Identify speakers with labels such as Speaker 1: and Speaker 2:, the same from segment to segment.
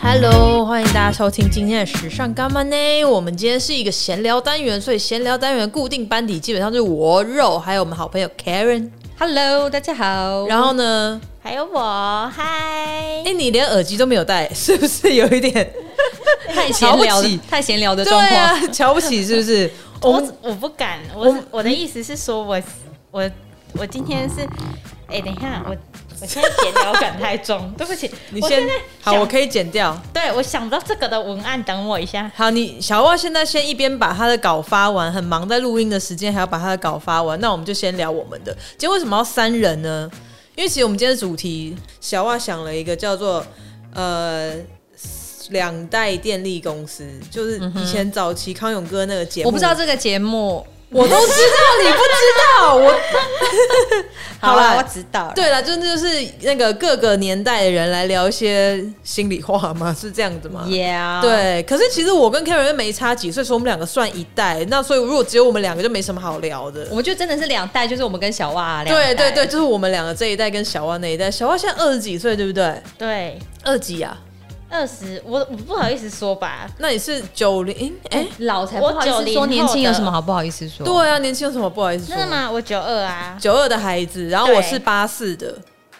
Speaker 1: Hello，欢迎大家收听今天的时尚干嘛呢？我们今天是一个闲聊单元，所以闲聊单元固定班底基本上就是我肉，还有我们好朋友 Karen。
Speaker 2: Hello，大家好。
Speaker 1: 然后呢，
Speaker 3: 还有我，嗨
Speaker 1: 哎、，你连耳机都没有戴，是不是有一点
Speaker 2: 太闲聊
Speaker 1: 瞧不起
Speaker 2: 的，太闲聊的
Speaker 1: 对
Speaker 2: 状况。
Speaker 1: 啊？瞧不起是不 是？我
Speaker 3: 我
Speaker 1: 们
Speaker 3: 我不敢，我是我的意思是说我我我今天是，哎、等一下，我我现在闲聊感太 重，对不起，
Speaker 1: 你
Speaker 3: 我
Speaker 1: 先
Speaker 3: 现在
Speaker 1: 好，
Speaker 3: 想
Speaker 1: 我可以剪掉。
Speaker 3: 对我想到这个的文案，等我一下。
Speaker 1: 好，你小旺现在先一边把他的稿发完，很忙，在录音的时间还要把他的稿发完。那我们就先聊我们的。今天为什么要三人呢？因为其实我们今天的主题，小旺想了一个叫做呃两代电力公司，就是以前早期康永哥那个节目，
Speaker 2: 我不知道这个节目。
Speaker 1: 我都知道，你不知道我。 好啦
Speaker 2: 啦，我知道了。
Speaker 1: 对了，真的就是那个各个年代的人来聊一些心里话嘛，是这样子吗？
Speaker 3: 啊
Speaker 2: ，Yeah，，
Speaker 1: 对，可是其实我跟 Karen 又没差几岁，所以我们两个算一代。那所以如果只有我们两个，就没什么好聊的
Speaker 2: 我。们就真的是两代，就是我们跟小袜两
Speaker 1: 对
Speaker 2: 代。
Speaker 1: 对对，，就是我们两个这一代跟小蛙那一代。小蛙现在二十几岁，对不对？
Speaker 3: 对，
Speaker 1: 二几啊？
Speaker 3: 二十，我我不好意思说吧，
Speaker 1: 那你是九零？哎、
Speaker 2: 老才不好意
Speaker 3: 我
Speaker 2: 思
Speaker 3: 90
Speaker 2: 说，
Speaker 3: 后
Speaker 2: 年轻
Speaker 3: 的
Speaker 2: 有什么好不好意思说？
Speaker 1: 对啊，年轻有什么不好意思说？
Speaker 3: 真的？吗？我九二啊，
Speaker 1: 九二的孩子，然后
Speaker 3: 对
Speaker 1: 我是八四的，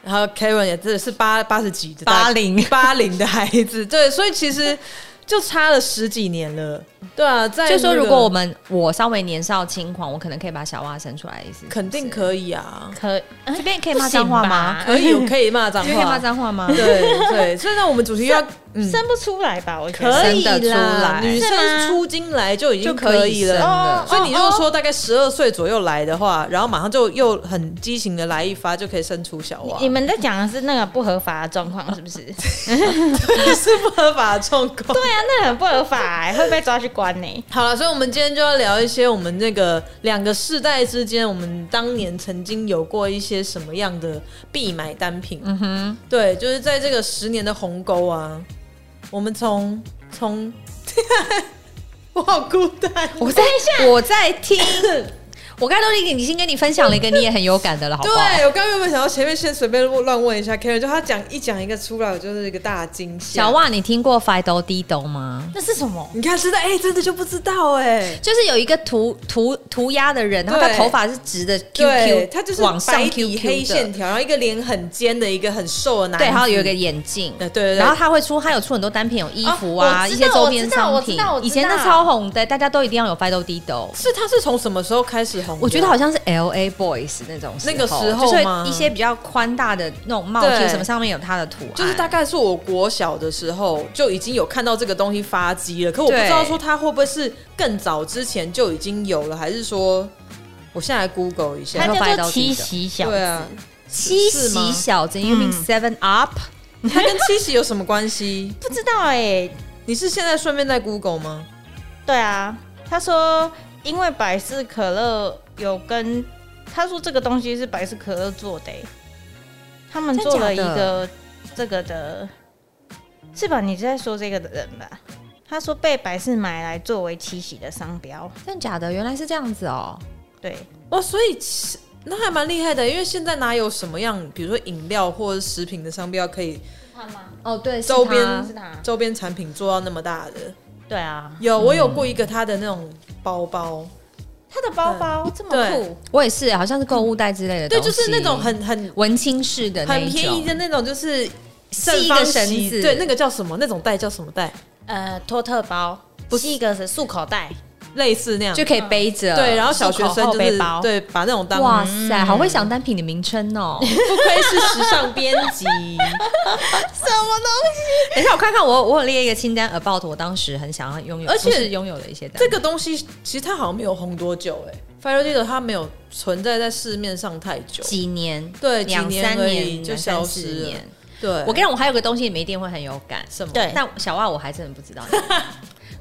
Speaker 1: 然后 Karen 也真的是八八十几的，
Speaker 2: 八零
Speaker 1: 八零的孩子。对，所以其实就差了十几年了。对啊，在
Speaker 2: 就说
Speaker 1: 那
Speaker 2: 如
Speaker 1: 个
Speaker 2: 果我们我稍微年少轻狂，我可能可以把小袜生出来，意思
Speaker 1: 肯定可以啊，
Speaker 3: 可嗯
Speaker 2: 这边可以
Speaker 3: 不
Speaker 2: 骂
Speaker 3: 行
Speaker 2: 脏话
Speaker 3: 吧
Speaker 2: 吗？
Speaker 1: 可 以可以骂脏
Speaker 2: 这
Speaker 1: 话，
Speaker 2: 边可以骂脏话吗？
Speaker 1: 对对，所以呢，我们主题
Speaker 3: 啊
Speaker 1: 要嗯。
Speaker 3: 生不出来吧？我觉得
Speaker 1: 可以
Speaker 2: 生得出
Speaker 1: 啦，
Speaker 2: 来
Speaker 1: 女
Speaker 3: 是
Speaker 1: 生
Speaker 3: 吗
Speaker 1: 出经来就已经
Speaker 2: 就可以生
Speaker 1: 了。
Speaker 2: 了。
Speaker 1: 所以你如果
Speaker 3: 哦哦
Speaker 1: 说大概十二岁左右来的话，然后马上就又很激情的来一发，就可以生出小娃
Speaker 3: 你，们在讲的是那个不合法的状况是 不是？
Speaker 1: 是不合法的状况。
Speaker 3: 对啊，那很不合法、欸， 会被抓去关呢、
Speaker 1: 好了，所以我们今天就要聊一些我们那个两个世代之间，我们当年曾经有过一些什么样的必买单品。嗯哼，对，就是在这个十年的鸿沟啊，我们从从， 我好孤单。
Speaker 2: 我在 我在听，我刚才都已经已经跟你分享了一个你也很有感的了，好不好？
Speaker 1: 对，我刚刚原本想要前面先随便乱问一下 Karen，就他讲一讲一个出来，我就是一个大惊吓。
Speaker 2: 小，袜，你听过 Fido Dido 吗？
Speaker 3: 那是什么？
Speaker 1: 你看，真的哎、真的就不知道哎、
Speaker 2: 就是有一个涂涂涂鸦的人，然后
Speaker 1: 对
Speaker 2: 他头发是直的
Speaker 1: 对，
Speaker 2: QQ，
Speaker 1: 他就是
Speaker 2: 往上
Speaker 1: 白
Speaker 2: QQ
Speaker 1: 底
Speaker 2: 的
Speaker 1: 黑线，条，然后一个脸很尖的一个很瘦的男子，
Speaker 2: 对，还有有一个眼镜。
Speaker 1: 对对对，
Speaker 2: 然后他会出，他有出很多单品，有衣服啊，
Speaker 3: 哦我知道
Speaker 2: 一些周边商
Speaker 3: 我知
Speaker 2: 品
Speaker 3: 道我知道我知。道
Speaker 2: 以前那超红的，大家都一定要有 Fido Dido。
Speaker 1: 是他是从什么时候开始红的？啊
Speaker 2: 我觉得好像是 L A Boys 那种
Speaker 1: 那个时候
Speaker 2: 就是
Speaker 1: 吗
Speaker 2: 一些比较宽大的那种帽
Speaker 1: 对
Speaker 2: 贴，什么上面有它的图案，
Speaker 1: 就是大概是我国小的时候就已经有看到这个东西发迹了，可我不
Speaker 2: 对
Speaker 1: 知道说它会不会是更早之前就已经有了，还是说我现在来 Google 一下
Speaker 3: 它
Speaker 2: 就？
Speaker 3: 叫做七喜小
Speaker 1: 对啊
Speaker 3: 子。，
Speaker 2: 七
Speaker 1: 是吗嗯
Speaker 2: 喜小子，You mean Seven Up？
Speaker 1: 它跟七喜有什么关系？
Speaker 3: 不知道哎、
Speaker 1: 你是现在顺便在 Google 吗？
Speaker 3: 对啊，他说因为百事可乐有跟他说这个东西是百事可乐做的欸、他们做了一
Speaker 2: 真假的
Speaker 3: 个这个的，是吧？你是在说这个的人吧？他说被百事买来作为七喜的商标，
Speaker 2: 真的假的？原来是这样子哦。
Speaker 3: 对，
Speaker 1: 哇，所以其那还蛮厉害的，因为现在哪有什么样，比如说饮料或者食品的商标可以
Speaker 3: 他吗？
Speaker 2: 哦，对，是
Speaker 1: 周边
Speaker 2: 他
Speaker 3: 是他，
Speaker 1: 周边产品做到那么大的？
Speaker 3: 对啊，
Speaker 1: 有，我有过一个它的那种包包。
Speaker 3: 他的包包这么
Speaker 1: 对
Speaker 3: 酷，
Speaker 2: 我也是，好像是购物袋之类的
Speaker 1: 对，
Speaker 2: 东西，
Speaker 1: 就是那种很很
Speaker 2: 文青式的那
Speaker 1: 很
Speaker 2: 一
Speaker 1: 便宜
Speaker 2: 种，
Speaker 1: 的那种，就是
Speaker 2: 系
Speaker 1: 正
Speaker 2: 一
Speaker 1: 方
Speaker 2: 个
Speaker 1: 形
Speaker 2: 绳子，
Speaker 1: 对，那个叫什么？那种带叫什么带？
Speaker 3: 呃，托特包不是一个是束口袋，
Speaker 1: 类似那样。
Speaker 2: 就可以背着。
Speaker 1: 对，然后小学生
Speaker 3: 后
Speaker 1: 就
Speaker 3: 背
Speaker 1: 是
Speaker 3: 包
Speaker 1: 对，把那种当嗯
Speaker 2: 哇
Speaker 1: 哇，
Speaker 2: 塞，好会想单品的名称哦！
Speaker 1: 不愧是时尚编辑。
Speaker 2: 等一下我看看我，我有列一个清单，about 我当时很想要拥有，
Speaker 1: 而且
Speaker 2: 不是拥有的一些单
Speaker 1: 这个东西其实它好像没有红多久哎 f i r e d i d 它没有存在在市面上太久，
Speaker 2: 几年，
Speaker 1: 对几
Speaker 2: 两
Speaker 1: 年
Speaker 2: 三
Speaker 1: 而已
Speaker 2: 年
Speaker 1: 就
Speaker 2: 两三
Speaker 1: 消
Speaker 2: 四
Speaker 1: 失了
Speaker 2: 年。
Speaker 1: 对，
Speaker 2: 我跟你讲，我还有个东西，你们一定会很有感。
Speaker 1: 什么？
Speaker 3: 对
Speaker 2: 但小袜我还真的不知 道，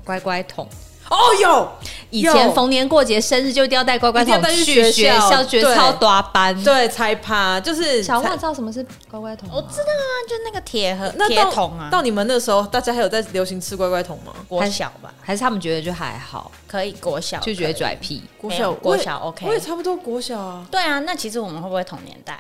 Speaker 2: 乖乖桶。
Speaker 1: 哦有，
Speaker 2: 以前
Speaker 1: 有
Speaker 2: 逢年过节、生日就一定要带乖乖
Speaker 1: 一定
Speaker 2: 桶
Speaker 1: 要带去
Speaker 2: 去
Speaker 1: 学校
Speaker 2: 校，学
Speaker 1: 对
Speaker 2: 超多班。
Speaker 1: 对才趴就是
Speaker 2: 小
Speaker 1: 才
Speaker 2: 袜知道什么是乖乖桶吗？
Speaker 3: 我知道啊，就那个铁盒、
Speaker 1: 那
Speaker 3: 铁
Speaker 1: 到
Speaker 3: 桶啊，
Speaker 1: 到你们那时候，大家还有在流行吃乖乖桶吗？
Speaker 3: 国小吧，
Speaker 2: 还是他们觉得就还好，
Speaker 3: 可以国小
Speaker 2: 就觉
Speaker 3: 可
Speaker 2: 得
Speaker 3: 以
Speaker 2: 拽屁。
Speaker 1: 国
Speaker 3: 没
Speaker 1: 小
Speaker 3: 有国
Speaker 1: 我也
Speaker 3: 小 OK
Speaker 1: 我也差不多国小啊，
Speaker 3: 对啊，那其实我们会不会同年代？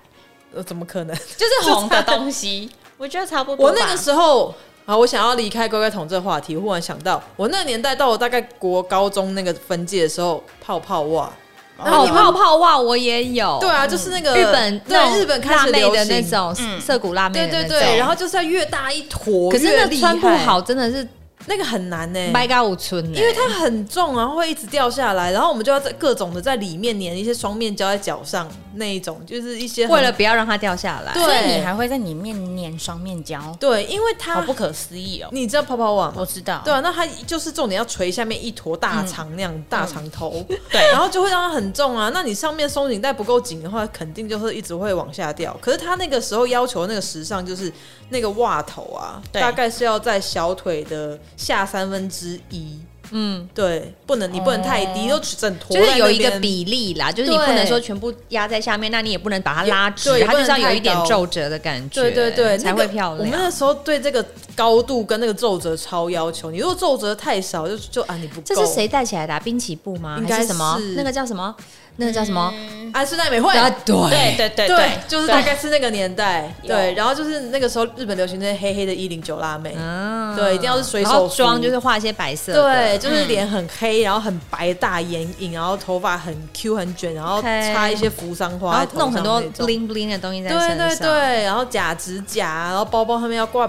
Speaker 1: 呃，怎么可能？
Speaker 3: 就是红的东西，我觉得差不多吧。
Speaker 1: 我那个时候好，我想要离开乖乖桶这个话题，忽然想到，我那个年代到我大概国高中那个分界的时候，泡泡袜，然后
Speaker 2: 哦，
Speaker 1: 你们
Speaker 2: 泡泡袜我也有，
Speaker 1: 对啊，就是那个
Speaker 2: 日本那
Speaker 1: 对
Speaker 2: 种
Speaker 1: 日本开
Speaker 2: 辣
Speaker 1: 始
Speaker 2: 妹
Speaker 1: 流
Speaker 2: 的那
Speaker 1: 行，
Speaker 2: 种
Speaker 3: 嗯
Speaker 2: 涩谷辣妹
Speaker 1: 对
Speaker 2: 的那
Speaker 1: 对
Speaker 2: 种，
Speaker 1: 对，然后就是要越大一坨，
Speaker 2: 可是
Speaker 1: 越
Speaker 2: 那
Speaker 1: 厉
Speaker 2: 穿不
Speaker 1: 害，
Speaker 2: 好真的是
Speaker 1: 那个很难呢、
Speaker 2: 掰嘎五寸欸，
Speaker 1: 因为它很重，然后会一直掉下来，然后我们就要在各种的在里面粘一些双面胶在脚上那一种，就是一些很
Speaker 2: 为了不要让它掉下来，
Speaker 3: 所以你
Speaker 1: 对
Speaker 3: 还会在里面粘双面胶，
Speaker 1: 对，因为
Speaker 3: 好
Speaker 1: 它
Speaker 3: 不可思议哦！
Speaker 1: 你知道泡泡网吗
Speaker 3: 我？知道，
Speaker 1: 对啊，那它就是重点要垂下面一坨大
Speaker 2: 嗯
Speaker 1: 肠那样、大肠头，
Speaker 3: 对
Speaker 1: 然后就会让它很重啊。那你上面松紧带不够紧的话，肯定就是一直会往下掉。可是它那个时候要求那个时尚就是那个袜头啊，
Speaker 3: 对
Speaker 1: 大概是要在小腿的下三分之一，
Speaker 2: 嗯，对。
Speaker 1: 对，不能你不能太低，就整坨
Speaker 2: 就是有一
Speaker 1: 在
Speaker 2: 个
Speaker 1: 那边。
Speaker 2: 比例啦，就是你不
Speaker 1: 对
Speaker 2: 能说全部压在下面，那你也不能把它拉直，啊
Speaker 1: 对
Speaker 2: 它就是要有一点
Speaker 1: 不能太高
Speaker 2: 皱褶的感觉，
Speaker 1: 对对对，
Speaker 2: 才
Speaker 1: 那个
Speaker 2: 会漂亮。
Speaker 1: 我们那时候对这个高度跟那个皱褶超要求，你如果皱褶太少，就就啊你不够。
Speaker 2: 这是谁带起来的、啊？滨崎步吗？
Speaker 1: 应该
Speaker 2: 还是什么
Speaker 1: 是？
Speaker 2: 那个叫什么？那个叫什么？
Speaker 1: 啊，是奈美惠。
Speaker 2: 啊对
Speaker 3: 对对对
Speaker 1: 对，就是大
Speaker 3: 对
Speaker 1: 概是那个年代，
Speaker 3: 有
Speaker 1: 对，然后就是那个时候日本流行那些黑黑的一零九辣妹，
Speaker 2: 啊
Speaker 1: 对一定要是水手
Speaker 2: 然后
Speaker 1: 服
Speaker 2: 妆就是嗯画一些白色的，
Speaker 1: 对，就是脸很黑，然后很白大眼影，然后头发很 Q 很卷，然后
Speaker 2: OK
Speaker 1: 插一些扶桑花
Speaker 2: 然
Speaker 1: 在
Speaker 2: 后
Speaker 1: 头
Speaker 2: 弄
Speaker 1: 上
Speaker 2: 很
Speaker 1: 那种，
Speaker 2: 多 bling bling 的东西在
Speaker 1: 对
Speaker 2: 身上。
Speaker 1: 对对，然后假指甲，然后包包上面要挂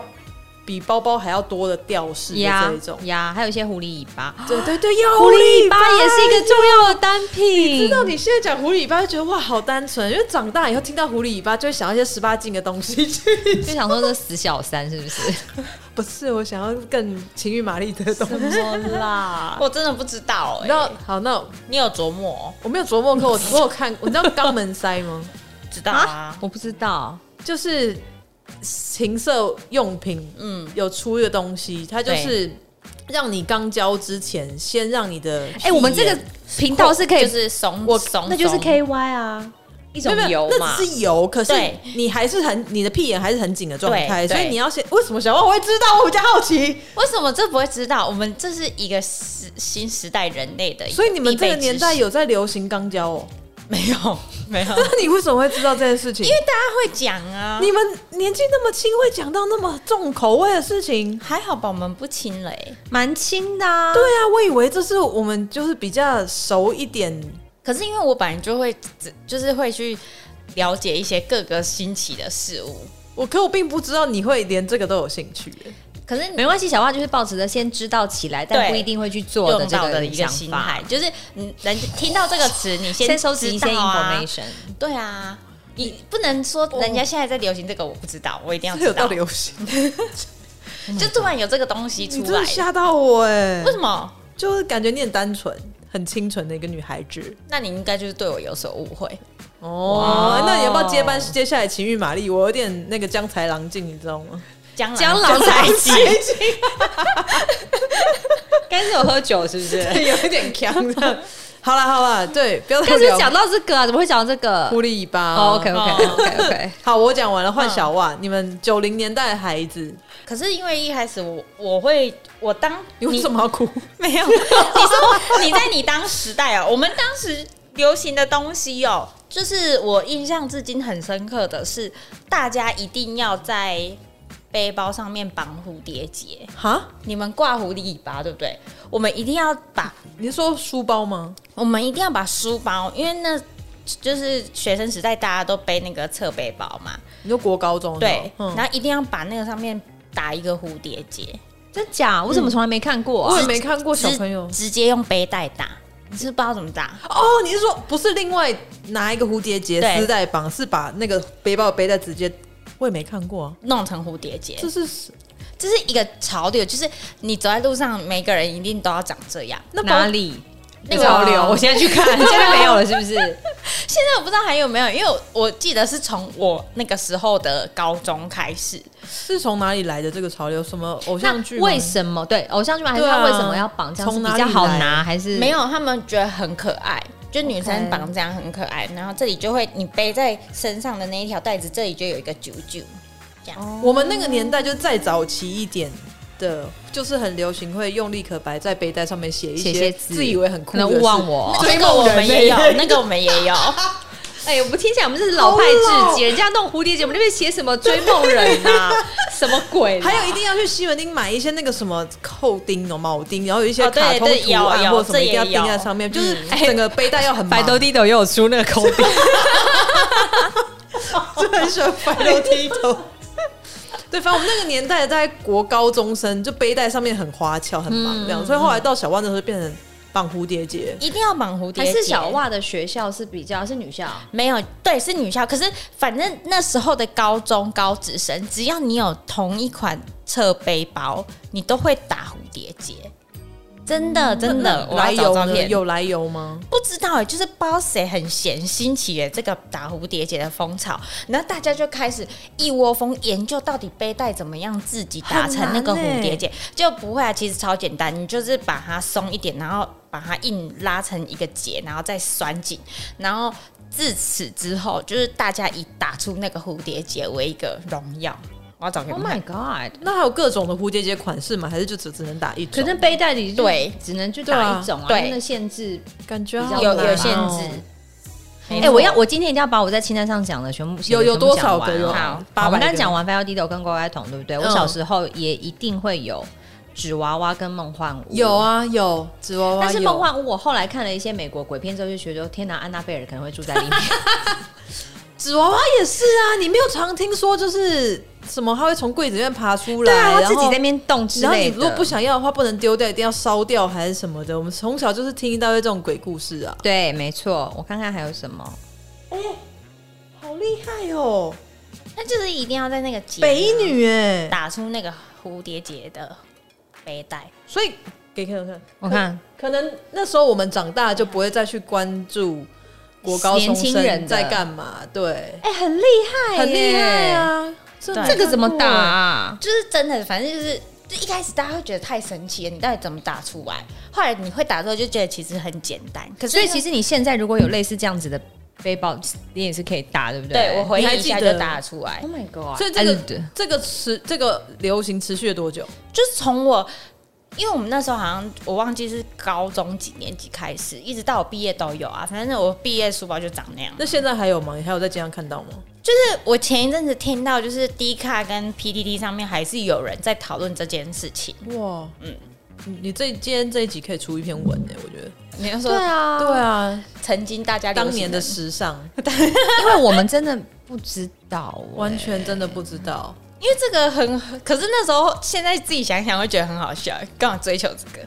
Speaker 1: 比包包还要多的吊饰的
Speaker 2: 呀
Speaker 1: 这一种，
Speaker 2: 呀，还有一些狐狸尾 巴，
Speaker 1: 对对对，有
Speaker 2: 狐狸尾巴也是一个重要的单
Speaker 1: 知。
Speaker 2: 品
Speaker 1: 道你现在讲狐狸尾巴，就觉得哇，好单纯。因为长大以后听到狐狸尾巴，就会想要一些十八禁的东西。
Speaker 2: 就想说这死小三是不是？
Speaker 1: 不是，我想要更情欲玛丽的东西。
Speaker 2: 么 啦？
Speaker 3: 我真的不知道哎、
Speaker 1: 那好，那
Speaker 3: 你有琢磨哦？
Speaker 1: 我没有琢磨过， 我我有看，你知道肛门塞吗？
Speaker 3: 知道啊，
Speaker 2: 我不知道，
Speaker 1: 就是情色用品
Speaker 3: 嗯，
Speaker 1: 有出一个东西，它就是让你刚交之前，先让你的
Speaker 2: 哎、我们这个频道是可以，
Speaker 3: 就是怂，
Speaker 1: 我
Speaker 3: 怂，
Speaker 2: 那就是
Speaker 3: 怂
Speaker 2: K Y 啊，一种
Speaker 1: 没有没有
Speaker 2: 油，嘛
Speaker 1: 那。只是油，可是
Speaker 3: 对
Speaker 1: 你还是很你的屁眼还是很紧的状态，
Speaker 3: 对对
Speaker 1: 所以你要先为什么小万我会知道，我比较好奇。
Speaker 3: 为什么这不会知道？我们这是一个时新时代人类的一个必备知识，
Speaker 1: 所以你们这个年代有在流行肛交哦？
Speaker 3: 没有？没有，因
Speaker 1: 那你为什么会知道这件事情？因
Speaker 3: 为大家会讲啊。
Speaker 1: 你们年纪那么轻，会讲到那么重口味的事情？
Speaker 3: 还好吧，我们不亲了、欸。
Speaker 2: 蛮轻的、啊，
Speaker 1: 对啊，我以为这是我们就是比较熟一点，
Speaker 3: 可是因为我本来就会，就是会去了解一些各个新奇的事物。
Speaker 1: 我可我并不知道你会连这个都有兴趣。
Speaker 3: 可是你
Speaker 2: 没关系，小袜就是抱持着先知道起来，但
Speaker 3: 对
Speaker 2: 不一定会去做的
Speaker 3: 用
Speaker 2: 这
Speaker 3: 到的一个
Speaker 2: 想
Speaker 3: 心
Speaker 2: 法
Speaker 3: 态，。就是嗯，人听到这个词，你
Speaker 2: 先
Speaker 3: 收
Speaker 2: 收集一些
Speaker 3: 些
Speaker 2: information，、
Speaker 3: 对啊，你不能说人家现在在流行这个，我不知道，我一定要
Speaker 1: 这有
Speaker 3: 知
Speaker 1: 到
Speaker 3: 道。
Speaker 1: 流行，
Speaker 3: 就突然有这个东西出
Speaker 1: 你真
Speaker 3: 来
Speaker 1: 的，吓到我哎、
Speaker 3: 为什么？
Speaker 1: 就是感觉你很单纯、很清纯的一个女孩子
Speaker 3: 那你应该就是对我有所误会。
Speaker 1: 哦。那你要不要接班？接下来情欲玛丽，我有点那个江才郎尽，你知道吗？
Speaker 3: 江
Speaker 2: 江郎才尽，该是有喝酒是不是？
Speaker 1: 有一点强。好了好了，对，不要再
Speaker 2: 但是
Speaker 1: 聊
Speaker 2: 讲到这个、啊，怎么会讲到这个？
Speaker 1: 狐狸尾巴。
Speaker 2: 哦，OK OK OK OK，
Speaker 1: 好，我讲完了，换小袜。你们九零年代的孩子，
Speaker 3: 可是因为一开始我我会我当
Speaker 1: 你为什么要哭？
Speaker 3: 没 有？你说你在你当时代哦，我们当时流行的东西哦，就是我印象至今很深刻的是，大家一定要在背包上面绑蝴蝶结。
Speaker 1: 哈？
Speaker 3: 你们挂蝴蝶尾巴对不对？我们一定要把
Speaker 1: 你是说书包吗？
Speaker 3: 我们一定要把书包，因为那就是学生时代大家都背那个侧背包嘛，
Speaker 1: 你说国高中的
Speaker 3: 对，
Speaker 1: 嗯
Speaker 3: 然后一定要把那个上面打一个蝴蝶结，
Speaker 2: 真假？我怎么从来没看过啊
Speaker 1: 我？也没看过小朋友
Speaker 3: 直直接用背带打，你是不是不知道怎么打？
Speaker 1: 哦，你是说不是另外拿一个蝴蝶结
Speaker 3: 对
Speaker 1: 丝带绑，是把那个背包的背带直接？我也没看过啊，
Speaker 3: 弄成蝴蝶结，
Speaker 2: 嗯
Speaker 1: 这是
Speaker 3: 这是一个潮流，就是你走在路上，每个人一定都要长这样。
Speaker 1: 那包
Speaker 2: 哪里？
Speaker 3: 那个
Speaker 2: 潮流，我现在去看，现在没有 了，是不是？
Speaker 3: 现在我不知道还有没有，因为我我记得是从我那个时候的高中开始，
Speaker 1: 是从哪里来的这个潮流？什么偶像剧
Speaker 2: 那
Speaker 1: 吗？
Speaker 2: 为什么？对，偶像剧吗？还是
Speaker 1: 对啊
Speaker 2: 他为什么要绑这样？是
Speaker 1: 从哪
Speaker 2: 比
Speaker 1: 里
Speaker 2: 较好
Speaker 1: 来
Speaker 2: 拿，还是
Speaker 3: 没？有他们觉得很可爱，就女生
Speaker 1: OK
Speaker 3: 绑这样很可爱，然后这里就会你背在身上的那一条带子，这里就有一个啾啾，这样。
Speaker 1: 我们那个年代就再早期一点的，就是很流行会用立可白在背带上面写一
Speaker 2: 写些字
Speaker 1: 自以为很酷
Speaker 2: 可
Speaker 1: 的
Speaker 2: 能
Speaker 3: 哦
Speaker 1: 事，
Speaker 2: 勿忘我。
Speaker 3: 那个我们也有，那个我们也有。
Speaker 2: 哎、我们听起来我们这是老派至极，人家弄蝴蝶结，我们那边写什么追梦人啊，什么鬼啦？
Speaker 1: 还有一定要去西门町买一些那个什么扣钉哦、铆钉，然后有一些
Speaker 3: 哦对
Speaker 1: 卡通
Speaker 3: 对
Speaker 1: 图
Speaker 3: 有
Speaker 1: 案
Speaker 3: 有
Speaker 1: 或什么，
Speaker 3: 这
Speaker 1: 一定要
Speaker 3: 也
Speaker 1: 钉在
Speaker 3: 有嗯
Speaker 1: 上面，就是整个背带要 很
Speaker 2: 白
Speaker 1: 忙。
Speaker 2: 头地斗也有出那个口钉，
Speaker 1: 就很喜欢白头剃头。 对，反正我们那个年代，在国高中生就背带上面很花俏、很
Speaker 3: 嗯
Speaker 1: 忙这样，所以后来到小万的时候就变成绑蝴蝶结。
Speaker 3: 一定要绑蝴蝶
Speaker 2: 还
Speaker 3: 结，
Speaker 2: 是小袜的学校是比较是女校，
Speaker 3: 没有，对，是女校。可是反正那时候的高中高职生，只要你有同一款侧背包，你都会打蝴蝶结。真的，真的，
Speaker 1: 嗯
Speaker 3: 我
Speaker 1: 来
Speaker 3: 要找
Speaker 1: 由
Speaker 3: 照
Speaker 1: 呢？
Speaker 3: 片。
Speaker 1: 有来由吗？
Speaker 3: 不知道欸，就是不知道谁很闲，兴起了这个打蝴蝶结的风潮，然后大家就开始一窝蜂研究到底背带怎么样自己打成那个蝴蝶结，
Speaker 2: 欸
Speaker 3: 就不会啊，其实超简单，你就是把它松一点，然后把它硬拉成一个结，然后再拴紧，然后自此之后，就是大家以打出那个蝴蝶结为一个荣耀。我要找给你
Speaker 2: Oh
Speaker 3: 们看
Speaker 2: my god！
Speaker 1: 那还有各种的蝴蝶结款式吗？还是就只只能打一种？
Speaker 2: 可能背带里就
Speaker 3: 对
Speaker 2: 只能去打一种啊，
Speaker 3: 对啊
Speaker 2: 因为那限制。
Speaker 1: 感觉好
Speaker 2: 比较
Speaker 3: 有
Speaker 2: 啊
Speaker 1: 难
Speaker 3: 有限
Speaker 1: 哦
Speaker 3: 制。。
Speaker 2: 哎、
Speaker 3: 没错
Speaker 2: 我要我今天一定要把我在清单上讲的全部
Speaker 1: 有有多少个
Speaker 2: 个？
Speaker 1: 有？
Speaker 3: 好
Speaker 1: 八百
Speaker 2: 我们刚才
Speaker 1: 个
Speaker 2: 讲完 f 要 d 斗跟乖乖桶，对不对？我
Speaker 1: 嗯
Speaker 2: 小时候也一定会有纸娃娃跟梦幻屋，
Speaker 1: 有啊有纸娃娃，
Speaker 2: 但是 梦。幻屋，我后来看了一些美国鬼片之后，就觉得天哪，安娜贝尔可能会住在里面。
Speaker 1: 纸娃娃也是啊，你没有常听说就是什么，它会从柜子里面爬出来，
Speaker 2: 对啊，
Speaker 1: 然
Speaker 2: 自己
Speaker 1: 后
Speaker 2: 在那边动之
Speaker 1: 然后你
Speaker 2: 类的。
Speaker 1: 如果不想要的话，不能丢掉，一定要烧掉还是什么的。我们从小就是听一大堆这种鬼故事啊，
Speaker 2: 对，没错，我看看还有什么。哎
Speaker 1: 好厉害哦！
Speaker 3: 那就是一定要在那个结
Speaker 1: 北女哎，
Speaker 3: 打出那个蝴蝶结的背带。
Speaker 1: 所以给看看，
Speaker 2: 我看
Speaker 1: 可能那时候我们长大就不会再去关注国高中
Speaker 2: 年轻人
Speaker 1: 生
Speaker 2: 的
Speaker 1: 在干嘛，对，
Speaker 2: 哎、很厉害
Speaker 1: 很厉害！啊！这
Speaker 3: 对
Speaker 2: 这个怎么打、啊？
Speaker 3: 就是真的，反正就是，就一开始大家会觉得太神奇了，你到底怎么打出来？后来你会打之后就觉得其实很简单，可是
Speaker 2: 所以其实你现在如果有类似这样子的背包，你也是可以打，对不对？
Speaker 3: 对我回忆一下
Speaker 1: 你还记得
Speaker 3: 就打得出来
Speaker 2: Oh，my god！
Speaker 1: 所以这个
Speaker 2: And-
Speaker 1: 这个持这个流行持续了多久？
Speaker 3: 就是从我。因为我们那时候好像我忘记是高中几年级开始，一直到我毕业都有啊。反正我毕业书包就长那样。
Speaker 1: 那现在还有吗？你还有在街上看到吗？
Speaker 3: 就是我前一阵子听到，就是 D 卡跟 PTT 上面还是有人在讨论这件事情。
Speaker 1: 哇，嗯
Speaker 3: 嗯，
Speaker 1: 你这今天这一集可以出一篇文哎，我觉得。
Speaker 3: 你就说
Speaker 2: 对啊，
Speaker 1: 对啊，
Speaker 3: 曾经大家流
Speaker 1: 当
Speaker 3: 行
Speaker 1: 年的时尚。
Speaker 2: 因为我们真的不知道、 欸
Speaker 1: 完全真的不知道。
Speaker 3: 因为这个很，可是那时候现在自己想想会觉得很好笑，干嘛追求这个？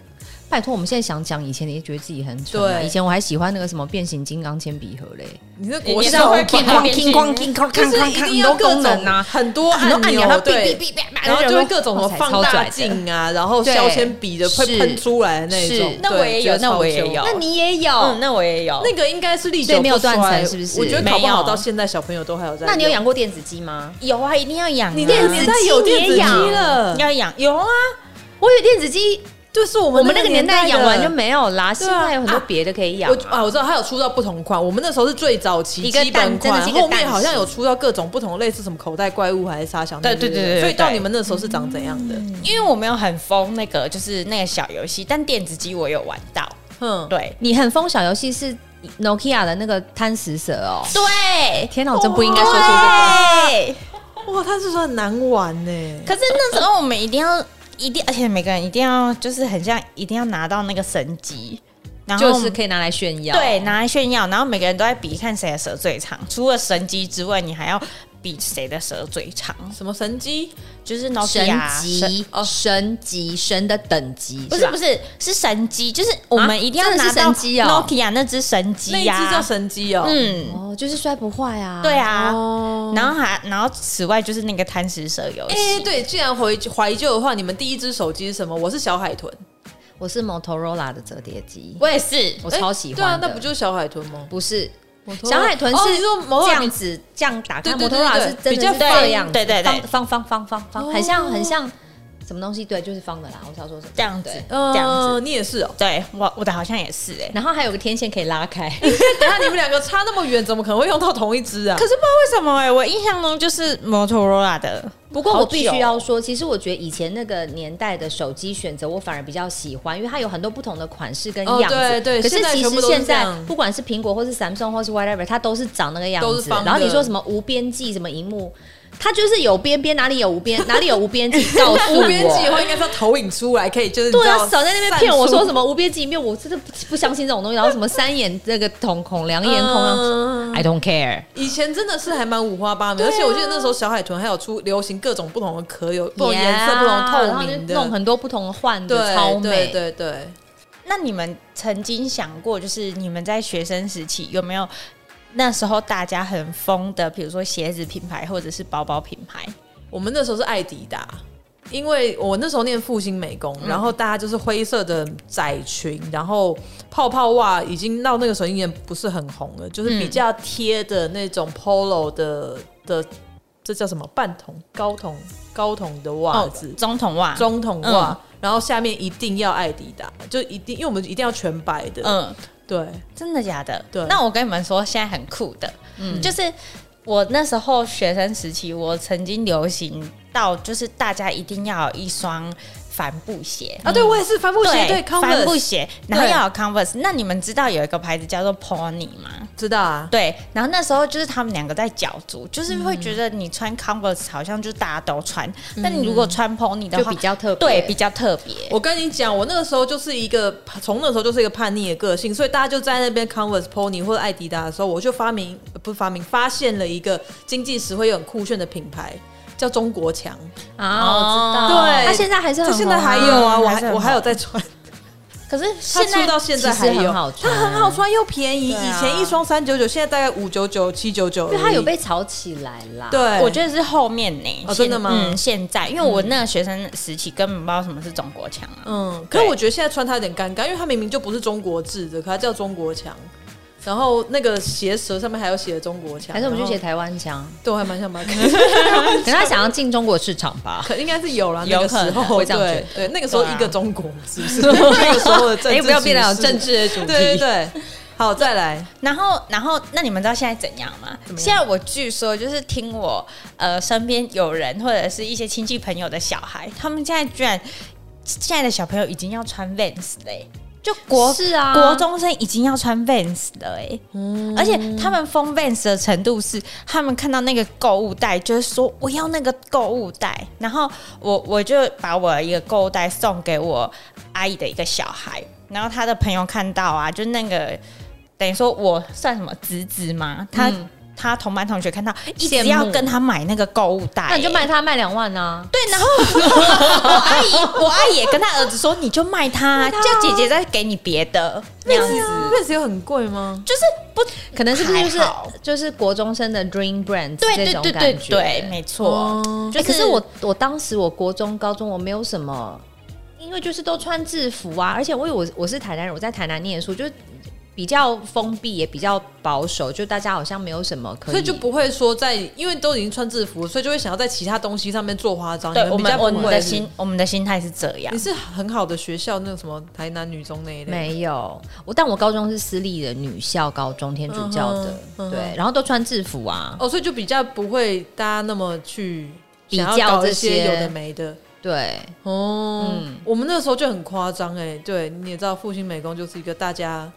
Speaker 2: 拜托，我们现在想讲以前，你也觉得自己很蠢、啊。
Speaker 1: 对
Speaker 2: 以前我还喜欢那个什么变形金刚铅笔盒嘞，啊
Speaker 1: 你这国
Speaker 3: 你
Speaker 1: 小
Speaker 3: 会
Speaker 1: 吧
Speaker 3: 看到变形
Speaker 1: 就是一定要各种，很多
Speaker 2: 很
Speaker 1: 按
Speaker 2: 多按钮，
Speaker 1: 钮
Speaker 2: 然后哔
Speaker 1: 对
Speaker 2: 哔，哔哔，
Speaker 1: 然后就会各种什么
Speaker 2: 哇塞
Speaker 1: 放
Speaker 2: 超拽
Speaker 1: 大
Speaker 2: 的
Speaker 1: 镜啊，然后
Speaker 2: 对
Speaker 1: 削铅笔的会
Speaker 2: 是
Speaker 1: 喷出来的那
Speaker 2: 是
Speaker 1: 种。
Speaker 3: 那
Speaker 1: 对
Speaker 3: 我也有
Speaker 1: 觉得
Speaker 3: 那我
Speaker 1: 超
Speaker 3: 也
Speaker 1: 凶
Speaker 3: 有
Speaker 2: 那你也有，
Speaker 3: 嗯，那我也有。
Speaker 1: 那个应该是历
Speaker 2: 所
Speaker 1: 久
Speaker 2: 以没有
Speaker 1: 不衰
Speaker 2: 断层是不是
Speaker 1: 我觉得搞不
Speaker 3: 没
Speaker 1: 好
Speaker 3: 有
Speaker 1: 到现在小朋友都还有在。
Speaker 2: 那你有？养过电子鸡吗？
Speaker 3: 有啊，一定要养、啊。
Speaker 1: 你那个年代有电子
Speaker 2: 你也
Speaker 1: 机
Speaker 2: 养
Speaker 1: 了？
Speaker 3: 要养，有啊，
Speaker 2: 我有电子鸡，
Speaker 1: 就是我们
Speaker 2: 我们那个年代
Speaker 1: 的
Speaker 2: 养完就。没有啦，现
Speaker 1: 对啊
Speaker 2: 在有很多别的可以养
Speaker 1: 我。啊，我知道它有出到不同款，我们那时候是最早期
Speaker 2: 一个蛋
Speaker 1: 基本
Speaker 2: 真
Speaker 1: 款
Speaker 2: 的是，一个
Speaker 1: 后
Speaker 2: 蛋
Speaker 1: 面好像有出到各种不同类似什么口袋怪物还是啥小那个
Speaker 3: 对对对对对
Speaker 1: 所以到
Speaker 3: 对嗯
Speaker 1: 你们那时候是长怎样的？
Speaker 3: 因为我没有很疯那个，就是那个小游戏，但电子机我有玩到。
Speaker 1: 哼，
Speaker 3: 对
Speaker 2: 你很疯小游戏是 Nokia 的那个贪食蛇哦。
Speaker 3: 对
Speaker 2: 天哪，我真不应该说出这个。
Speaker 3: 对。
Speaker 1: 哇，他是说很难玩呢。
Speaker 3: 可是那时候我们一定要，一定，而且每个人一定要，就是很像，一定要拿到那个神机，然后
Speaker 2: 就是可以拿来炫耀，
Speaker 3: 对，拿来炫耀，然后每个人都在比看谁的舌最长。除了神机之外，你还要比谁的舌最长，
Speaker 1: 什么神机？
Speaker 3: 就是
Speaker 2: 神
Speaker 3: Nokia 神
Speaker 2: 级哦，神级神的等级，
Speaker 3: 不
Speaker 2: 是
Speaker 3: 是
Speaker 2: 吧
Speaker 3: 不是是神机，就是我
Speaker 2: 啊
Speaker 3: 们一定要
Speaker 2: 真的
Speaker 3: 拿
Speaker 2: 是
Speaker 3: 到
Speaker 2: 神机哦
Speaker 3: Nokia 那只神机
Speaker 1: 那一
Speaker 3: 呀、
Speaker 1: 只叫神机哦。
Speaker 3: 嗯，
Speaker 2: 哦，就是摔不坏啊，
Speaker 3: 对，啊。
Speaker 1: 哦，
Speaker 3: 然后还然后此外就是那个贪食蛇游戏，
Speaker 1: 哎，对，既然回怀旧的话，你们第一只手机是什么？我是小海豚，
Speaker 2: 我是 Motorola 的折叠机，
Speaker 3: 我也是，
Speaker 2: 我
Speaker 1: 哎
Speaker 2: 超喜欢
Speaker 1: 对啊，
Speaker 2: 的
Speaker 1: 那不就是小海豚吗？
Speaker 2: 不是
Speaker 1: 托
Speaker 2: 小海豚
Speaker 1: 哦你
Speaker 2: 是
Speaker 1: 说 Motorola
Speaker 2: 这样子这样打开
Speaker 1: 对对对对
Speaker 2: ，Motorola
Speaker 1: 对
Speaker 2: 是真的
Speaker 1: 比较
Speaker 2: 是这
Speaker 3: 对
Speaker 2: 样子，
Speaker 3: 对对对
Speaker 2: 方方方方方
Speaker 1: 哦
Speaker 2: 方，很像很像什么东西对，就是方的啦。我是要说什么
Speaker 3: 这样子
Speaker 2: 对，
Speaker 1: 嗯、
Speaker 3: 这样子。
Speaker 1: 你也是哦。
Speaker 3: 对我我的好像也是哎、
Speaker 2: 然后还有个天线可以拉开，
Speaker 1: 等一下你们两个差那么远，怎么可能会用到同一只啊
Speaker 3: 可？是不知道为什么哎、我印象中就是摩托罗拉的，
Speaker 2: 不过
Speaker 3: 好
Speaker 2: 我
Speaker 3: 久
Speaker 2: 必须要说，其实我觉得以前那个年代的手机选择，我反而比较喜欢，因为它有很多不同的款式跟
Speaker 1: 哦
Speaker 2: 样子。
Speaker 1: 对对
Speaker 2: 可是
Speaker 1: 现在
Speaker 2: 其
Speaker 1: 全部
Speaker 2: 实
Speaker 1: 都是
Speaker 2: 现
Speaker 1: 这
Speaker 2: 在
Speaker 1: 样
Speaker 2: 不管是苹果或是 Samsung 或是 whatever，它都是长那个样
Speaker 1: 都
Speaker 2: 子
Speaker 1: 是。方的
Speaker 2: 然后你说什么无边际什么荧幕，它就是有边边，哪里有无边，哪里有无边 际，告诉
Speaker 1: 哦无边际以
Speaker 2: 我。
Speaker 1: 后应该是要投影出来，可以就是
Speaker 2: 对啊，
Speaker 1: 你知道
Speaker 2: 少在那边骗我
Speaker 1: 散出
Speaker 2: 说什么无边际，因为我真的不不相信这种东西。然后什么三眼那个瞳孔、两眼孔、
Speaker 1: 嗯
Speaker 2: i don't care。
Speaker 1: 以前真的是还蛮五花八
Speaker 2: 啊
Speaker 1: 门，而且我记得那时候小海豚还有出流行各种不同的壳，有不同颜色、
Speaker 2: Yeah，
Speaker 1: 不同
Speaker 2: 然
Speaker 1: 透
Speaker 2: 后就
Speaker 1: 明的，
Speaker 2: 弄很多不同的换的，
Speaker 1: 对
Speaker 2: 超
Speaker 1: 对
Speaker 2: 美。
Speaker 1: 对对。
Speaker 3: 那你们曾经想过，就是你们在学生时期有没有那时候大家很疯的，比如说鞋子品牌或者是包包品牌？
Speaker 1: 我们那时候是爱迪达，因为我那时候念复兴美工，
Speaker 2: 嗯
Speaker 1: 然后大家就是灰色的窄裙，然后泡泡袜已经到那个时候已经不是很红了，
Speaker 2: 嗯
Speaker 1: 就是比较贴的那种 polo 的的，这叫什么半筒、高筒、高筒的袜子。
Speaker 3: 中筒哦袜，
Speaker 1: 中筒袜，然后下面一定要爱迪达，就一定，因为我们一定要全白的，
Speaker 3: 嗯，
Speaker 1: 对，
Speaker 3: 真的假的？
Speaker 1: 对
Speaker 3: 那我跟你们说，现在很酷的，嗯，就是我那时候学生时期，我曾经流行到，就是大家一定要有一双帆布鞋。
Speaker 1: 啊，对我也是帆布鞋，对，
Speaker 3: 帆布
Speaker 1: Converse
Speaker 3: 鞋，然后
Speaker 1: 对
Speaker 3: 要有 Converse。那你们知道有一个牌子叫做 Pony 吗？
Speaker 1: 知道啊，
Speaker 3: 对，然后那时候就是他们两个在角逐，就是会觉得你穿 Converse 好像就大家都穿，
Speaker 1: 嗯
Speaker 3: 但你如果穿 Pony 的
Speaker 2: 就
Speaker 3: 话，
Speaker 2: 比较特别，
Speaker 3: 对比较特别。
Speaker 1: 我跟你讲，我那个时候就是一个从那时候就是一个叛逆的个性，所以大家就在那边 Converse、Pony 或者艾迪达的时候，我就发明呃不是发明发现了一个经济实惠又很酷炫的品牌，叫中国强。
Speaker 2: 啊，我知道，
Speaker 1: 对
Speaker 2: 它现在还
Speaker 1: 这
Speaker 2: 是很红啊
Speaker 1: 现在还有啊，我
Speaker 3: 还
Speaker 1: 还
Speaker 3: 是很
Speaker 1: 我
Speaker 3: 红
Speaker 1: 还有在穿，
Speaker 3: 可是
Speaker 1: 它
Speaker 3: 现在
Speaker 1: 出到现在还
Speaker 2: 其实
Speaker 1: 有
Speaker 2: 很好，
Speaker 1: 它
Speaker 2: 穿
Speaker 1: 很好穿又便宜，
Speaker 3: 对啊
Speaker 1: 以前一双三九九，现在大概五九九、七九九，
Speaker 2: 因为它有被炒起来啦。
Speaker 1: 对，
Speaker 3: 我觉得是后面呢、
Speaker 1: 哦
Speaker 3: 现
Speaker 1: 真的吗
Speaker 3: 嗯，现在，因为我那个学生时期根本不知道什么是中国腔啊。
Speaker 1: 嗯，可是我觉得现在穿它有点尴尬，因为它明明就不是中国制的，可它叫中国强。然后那个鞋舌上面还有写中国强，
Speaker 2: 还是我们就
Speaker 1: 然后
Speaker 2: 写台湾腔，
Speaker 1: 对，我还蛮想把它
Speaker 2: 可能他想要进中国市场吧。
Speaker 1: 可应该是有了，那
Speaker 3: 有
Speaker 1: 个
Speaker 3: 可
Speaker 1: 时
Speaker 3: 能
Speaker 1: 候
Speaker 2: 会这样
Speaker 1: 对对，那个时候
Speaker 3: 对啊
Speaker 1: 一个中国是不是？那个时候的政治，
Speaker 2: 哎，不要变得有政
Speaker 1: 治，
Speaker 2: 治的主
Speaker 1: 对对
Speaker 2: 题。
Speaker 1: 对。好，再来，
Speaker 3: 然后，然后，那你们知道现在怎样吗？
Speaker 1: 怎么样
Speaker 3: 现在我据说就是听我呃身边有人或者是一些亲戚朋友的小孩，他们现在居然现在的小朋友已经要穿 Vans 嘞、就国
Speaker 2: 是啊，嗯
Speaker 3: 国中生已经要穿 Vans 了哎、而且他们封 Vans 的程度是，他们看到那个购物袋，就是说我要那个购物袋，然后我我就把我一个购物袋送给我阿姨的一个小孩，然后他的朋友看到啊，就那个等于说我算什么侄子嘛，他、他同班同学看到，一
Speaker 2: 嗯羡
Speaker 3: 直
Speaker 2: 慕
Speaker 3: 要跟他买那个购物袋、
Speaker 2: 那你就
Speaker 3: 欸
Speaker 2: 卖他卖两万啊。
Speaker 3: 对，然后我阿姨，我阿姨也跟她儿子说，你就卖它，叫姐姐再给你别的，那样子
Speaker 2: 啊
Speaker 1: 那时候很贵吗？
Speaker 3: 就是不
Speaker 2: 可能是不是就是
Speaker 3: 还好
Speaker 2: 就是国中生的 dream brand
Speaker 3: 对对
Speaker 2: 这种
Speaker 3: 对对
Speaker 2: 感觉
Speaker 3: 对，没错，
Speaker 1: 哦
Speaker 2: 哎可是我我当时我国中高中我没有什么，因为就是都穿制服啊，而且我有我我是台南人，我在台南念书，就是比较封闭也比较保守，就大家好像没有什么可以，
Speaker 1: 所以就不会说在，因为都已经穿制服，所以就会想要在其他东西上面做花招。
Speaker 3: 对
Speaker 1: 你
Speaker 3: 我
Speaker 1: 比较
Speaker 3: 们
Speaker 1: 不会
Speaker 3: 我们的
Speaker 1: 是
Speaker 3: 心我们的心态是这样
Speaker 1: 你，是很好的学校，那个什么台南女中那一类，
Speaker 2: 没有我，但我高中是私立的女校高中，天主教的，
Speaker 1: 嗯哼嗯哼
Speaker 2: 对，然后都穿制服啊，
Speaker 1: 哦，所以就比较不会大家那么去
Speaker 2: 比
Speaker 1: 想要
Speaker 2: 较
Speaker 1: 搞
Speaker 2: 这
Speaker 1: 一些
Speaker 2: 些
Speaker 1: 有的没的。
Speaker 2: 对，
Speaker 1: 哦，
Speaker 2: 嗯
Speaker 1: 我们那时候就很夸张哎，对，你也知道复兴美工就是一个大家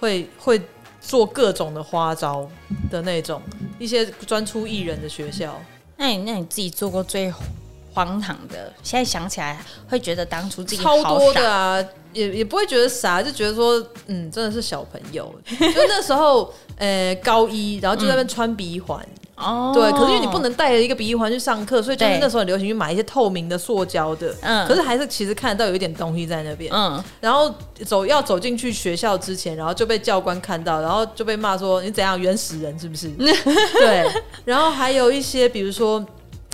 Speaker 1: 会会做各种的花招的那种，一些专出艺人的学校。
Speaker 3: 那你那你自己做过最荒唐的，现在想起来会觉得当初自己
Speaker 1: 超
Speaker 3: 好
Speaker 1: 多
Speaker 3: 傻
Speaker 1: 的啊，也也不会觉得傻，就觉得说，嗯，真的是小朋友。就那时候， 呃，高一，然后就在那边穿鼻环，
Speaker 3: 哦，
Speaker 1: 对。可是因为你不能带着一个鼻环去上课，所以就是
Speaker 3: 对
Speaker 1: 那时候很流行去买一些透明的塑胶的，
Speaker 3: 嗯
Speaker 1: 可是还是其实看得到有一点东西在那边，
Speaker 3: 嗯，
Speaker 1: 然后走要走进去学校之前，然后就被教官看到，然后就被骂说你怎样原始人是不是？对，然后还有一些比如说。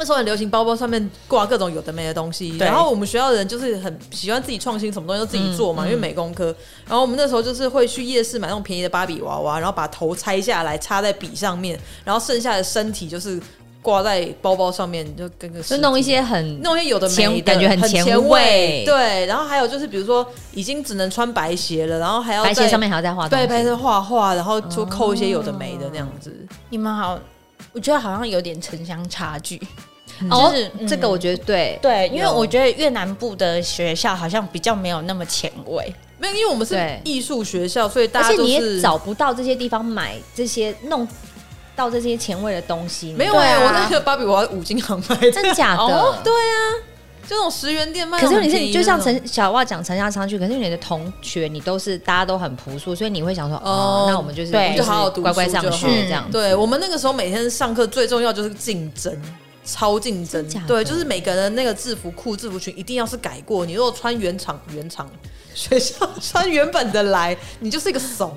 Speaker 1: 那时候很流行包包上面挂各种有的没的东西，
Speaker 3: 对
Speaker 1: 然后我们学校的人就是很喜欢自己创新，什么东西都自己做嘛，因为美工科。然后我们那时候就是会去夜市买那种便宜的芭比娃娃，然后把头拆下来插在笔上面，然后剩下的身体就是挂在包包上面，就跟个
Speaker 2: 就弄一
Speaker 1: 些。
Speaker 2: 些很
Speaker 1: 弄一些有的没
Speaker 2: 前
Speaker 1: 的
Speaker 2: 感觉很
Speaker 1: 很
Speaker 2: 前
Speaker 1: 前
Speaker 2: 卫
Speaker 1: 对。然后还有就是，比如说已经只能穿白鞋了，然后还要
Speaker 2: 白
Speaker 1: 在
Speaker 2: 鞋上面还要再画东
Speaker 1: 对
Speaker 2: 西，
Speaker 1: 白鞋画画，然后就扣一些有的没的那样子。
Speaker 3: 你们好，我觉得好像有点城乡差距。
Speaker 2: 哦
Speaker 3: 就是，嗯
Speaker 2: 这个我觉得对，
Speaker 3: 对，因为
Speaker 1: 有
Speaker 3: 我觉得越南部的学校好像比较没有那么前卫。
Speaker 1: 没有，因为我们是
Speaker 2: 对
Speaker 1: 艺术学校，所以大
Speaker 2: 而
Speaker 1: 家
Speaker 2: 且
Speaker 1: 都
Speaker 2: 哦你也
Speaker 1: 是
Speaker 2: 找不到这些地方买这些弄到这些前卫的东西，
Speaker 1: 没有
Speaker 3: 对
Speaker 1: 哎、
Speaker 3: 啊
Speaker 1: 我那个芭比娃娃五金行买的，
Speaker 2: 真假的。
Speaker 3: 哦
Speaker 1: 对啊，就那种十元店卖
Speaker 2: 可
Speaker 1: 到
Speaker 2: 是
Speaker 1: 很
Speaker 2: 你
Speaker 1: 便宜那种。
Speaker 2: 是你就像陈小袜讲陈家昌去，可是你的同学你都是大家都很朴素，所以你会想说，哦
Speaker 1: 哦，
Speaker 2: 那我们就是
Speaker 3: 对
Speaker 2: 我们
Speaker 1: 就好好读书
Speaker 2: 乖乖上
Speaker 1: 就
Speaker 2: 学
Speaker 1: 好
Speaker 2: 这样。
Speaker 1: 对我们那个时候每天上课最重要就是竞争，超竞争
Speaker 2: 真假的。
Speaker 1: 对，就是每个人的那个制服裤、制服裙一定要是改过。你如果穿原厂原厂 学校穿原本的来，你就是一个怂，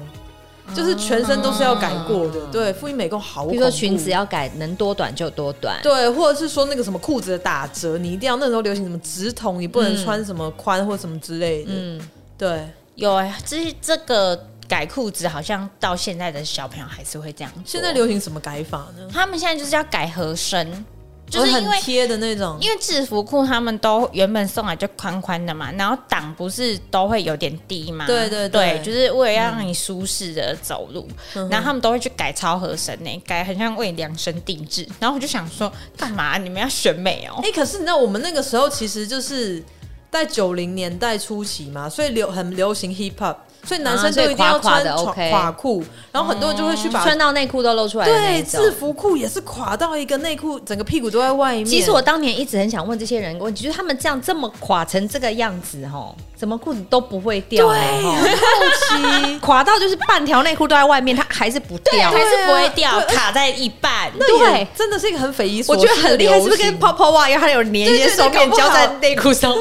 Speaker 1: 就是全身都是要改过的。对，复印美工好恐怖，
Speaker 2: 啊比如说裙子。要改，能多短就多短。
Speaker 1: 对，或者是说那个什么裤子的打折，你一定要那时候流行什么直筒，你不能穿什么宽或什么之类的。
Speaker 2: 嗯，
Speaker 1: 对，
Speaker 3: 有哎、这这个改裤子好像到现在的小朋友还是会这样做。
Speaker 1: 现在流行什么改法呢？
Speaker 3: 他们现在就是要改合身，就是
Speaker 1: 很
Speaker 3: 因为
Speaker 1: 贴的那种，
Speaker 3: 因为制服裤他们都原本送来就宽宽的嘛，然后档不是都会有点低嘛？
Speaker 1: 对对对嗯
Speaker 3: 就是为了要让你舒适的走路，然后他们都会去改超合身呢、改很像为你量身定制。然后我就想说，干嘛你们要选美哦、
Speaker 1: 哎、可是你知道我们那个时候其实就是在九零年代初期嘛，所以流很流行 hip hop，所以男
Speaker 2: 啊
Speaker 1: 生
Speaker 2: 所
Speaker 1: 都
Speaker 2: 以
Speaker 1: 一定要
Speaker 2: 垮垮
Speaker 1: 穿
Speaker 2: 的
Speaker 1: 垮
Speaker 2: OK
Speaker 1: 垮裤，然后很多人就会去把、
Speaker 2: 穿到内裤都露出来的那
Speaker 1: 对
Speaker 2: 一种
Speaker 1: 制。服裤也是垮到一个内裤，整个屁股都在外面。
Speaker 2: 其实我当年一直很想问这些人一个问题，就是他们这样这么垮成这个样子，吼，怎么裤子都不会掉呢？
Speaker 1: 对
Speaker 2: 吼。
Speaker 1: 好奇
Speaker 2: 垮到就是半条内裤都在外面，它还是不掉，
Speaker 3: 还是不会
Speaker 1: 对
Speaker 3: 掉，
Speaker 1: 啊
Speaker 3: 卡在一半。
Speaker 1: 那也
Speaker 2: 对
Speaker 1: 真的是一个很匪夷所
Speaker 2: 我
Speaker 1: 思
Speaker 2: 觉
Speaker 1: 的
Speaker 2: 得很厉害，是不
Speaker 1: 流
Speaker 2: 是跟
Speaker 1: 行
Speaker 2: 泡泡袜一样，它有粘一些
Speaker 1: 对对
Speaker 2: 手
Speaker 1: 搞
Speaker 2: 面
Speaker 1: 不好
Speaker 2: 胶在内裤上？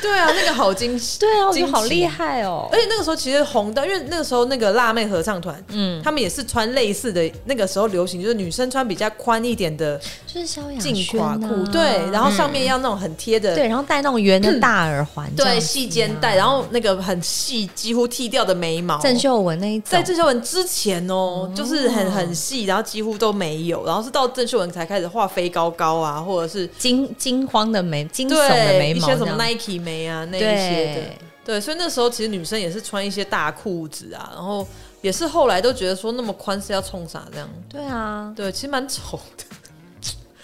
Speaker 1: 对啊，那个好惊喜，
Speaker 2: 对啊，我觉
Speaker 1: 惊
Speaker 2: 得好
Speaker 1: 奇
Speaker 2: 厉害哦！
Speaker 1: 而且那个时候其实红的，因为那个时候那个辣妹合唱团，
Speaker 2: 嗯
Speaker 1: 嗯，他们也是穿类似的。那个时候流行就是女生穿比较宽一点的
Speaker 2: 就是萧亚
Speaker 1: 进
Speaker 2: 轩
Speaker 1: 垮
Speaker 2: 啊
Speaker 1: 裤，对，然后上面要那种很贴的，
Speaker 2: 对，然后戴那种圆的大耳环，这样
Speaker 1: 对
Speaker 2: 子
Speaker 1: 细肩带，然后那个很细，几乎剃掉的眉毛。
Speaker 2: 郑秀文那一种
Speaker 1: 在郑秀文之前哦，就是很很细，然后几乎都没有，然后是到郑秀文才开始画飞高高啊，或者是
Speaker 2: 惊惊慌的眉，惊悚的
Speaker 1: 对
Speaker 2: 眉
Speaker 1: 一
Speaker 2: 毛
Speaker 1: 些
Speaker 2: 这
Speaker 1: 什么
Speaker 2: 样，
Speaker 1: Nike 眉啊那一些的
Speaker 2: 对。，
Speaker 1: 对，所以那时候其实女生也是穿一些大裤子啊，然后也是后来都觉得说那么宽是要冲啥这样。
Speaker 2: 对啊，
Speaker 1: 对，其实蛮丑的。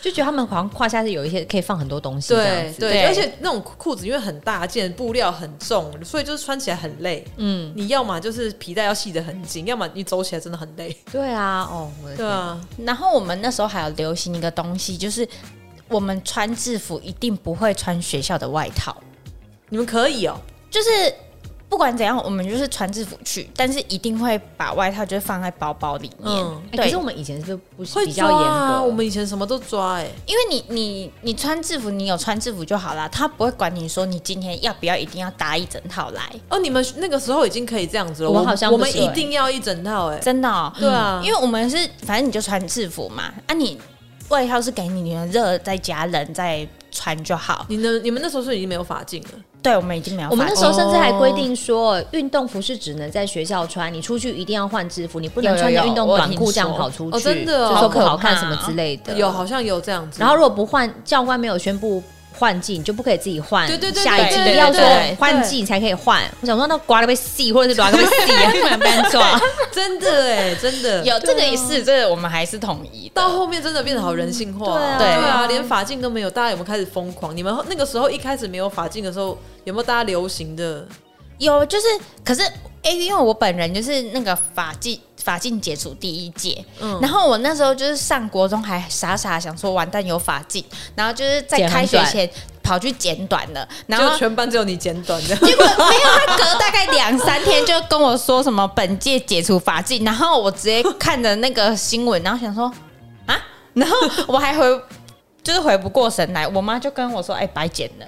Speaker 2: 就觉得他们好像胯下是有一些可以放很多东西这样
Speaker 1: 对
Speaker 2: 子，
Speaker 1: 对，
Speaker 3: 对
Speaker 1: 而且那种裤子因为很大件，布料很重，所以就是穿起来很累。
Speaker 2: 嗯，
Speaker 1: 你要么就是皮带要系得很紧，要么你走起来真的很累。
Speaker 2: 对啊，哦，我的
Speaker 1: 对
Speaker 2: 天，
Speaker 1: 啊，
Speaker 3: 然后我们那时候还有流行一个东西，就是我们穿制服一定不会穿学校的外套。
Speaker 1: 你们可以哦、
Speaker 3: 就是不管怎样，我们就是穿制服去，但是一定会把外套就是放在包包里面。
Speaker 1: 嗯
Speaker 2: 哎
Speaker 3: 对
Speaker 2: 可是我们以前是不是
Speaker 1: 会
Speaker 2: 比
Speaker 1: 抓
Speaker 2: 较严
Speaker 1: 啊！
Speaker 2: 格？
Speaker 1: 我们以前什么都抓哎、
Speaker 3: 因为你你你穿制服，你有穿制服就好啦，他不会管你说你今天要不要一定要搭一整套来，
Speaker 1: 哦，你们那个时候已经可以这样子了，
Speaker 2: 我
Speaker 1: 我
Speaker 2: 好像
Speaker 1: 我
Speaker 2: 不
Speaker 1: 们
Speaker 2: 是
Speaker 1: 一
Speaker 2: 欸
Speaker 1: 定要一整套哎、
Speaker 3: 真的、哦。
Speaker 1: 对啊，
Speaker 3: 因为我们是反正你就穿制服嘛，啊你外套是给你，你们热在家冷再穿就好。
Speaker 1: 你呢？你们那时候是已经没有法镜了，
Speaker 3: 对，我们已经没有发
Speaker 2: 我
Speaker 3: 现，
Speaker 2: 们那时候
Speaker 1: 哦
Speaker 2: 甚至还规定说，运动服是只能在学校穿，你出去一定要换制服，你不能
Speaker 3: 有有
Speaker 2: 穿着
Speaker 3: 有
Speaker 2: 运动
Speaker 3: 我有
Speaker 2: 短
Speaker 3: 听
Speaker 2: 裤这样
Speaker 3: 说
Speaker 2: 跑出去，
Speaker 1: 哦真的哦
Speaker 2: 就说不好
Speaker 3: 好可怕
Speaker 2: 看
Speaker 3: 哦
Speaker 2: 什么之类的。
Speaker 1: 有好像有这样子。
Speaker 2: 然后如果不换，教官没有宣布换季，你就不可以自己换。
Speaker 1: 对对对
Speaker 2: 下一季
Speaker 3: 对对
Speaker 2: 一定要
Speaker 3: 对
Speaker 2: 说
Speaker 3: 对
Speaker 1: 对
Speaker 2: 换季你才可以换。我想说，那刮了被细，或者是刮了被细啊，不然被人抓。
Speaker 1: 真的哎、 真的
Speaker 3: 有这个也是，这个我们还是统一的
Speaker 1: 到。后面真的变得好人性化、
Speaker 2: 嗯
Speaker 3: 对啊
Speaker 1: 对啊，连法镜都没有，大家有没有开始疯狂？你们那个时候一开始没有法镜的时候，有没有大家流行的？
Speaker 3: 有，就是可是哎、因为我本人就是那个法纪法禁解除第一届，
Speaker 1: 嗯
Speaker 3: 然后我那时候就是上国中还傻傻想说完蛋有法禁，然后就是在
Speaker 2: 剪很
Speaker 3: 开学
Speaker 2: 短
Speaker 3: 前跑去剪短了，然
Speaker 1: 就
Speaker 3: 后。
Speaker 1: 全班只有你剪短的，
Speaker 3: 结果 没有，他隔大概两三天就跟我说什么本届解除法禁，然后我直接看着那个新闻，然后想说啊，然后我还回就是回不过神来，我妈就跟我说哎、白剪了，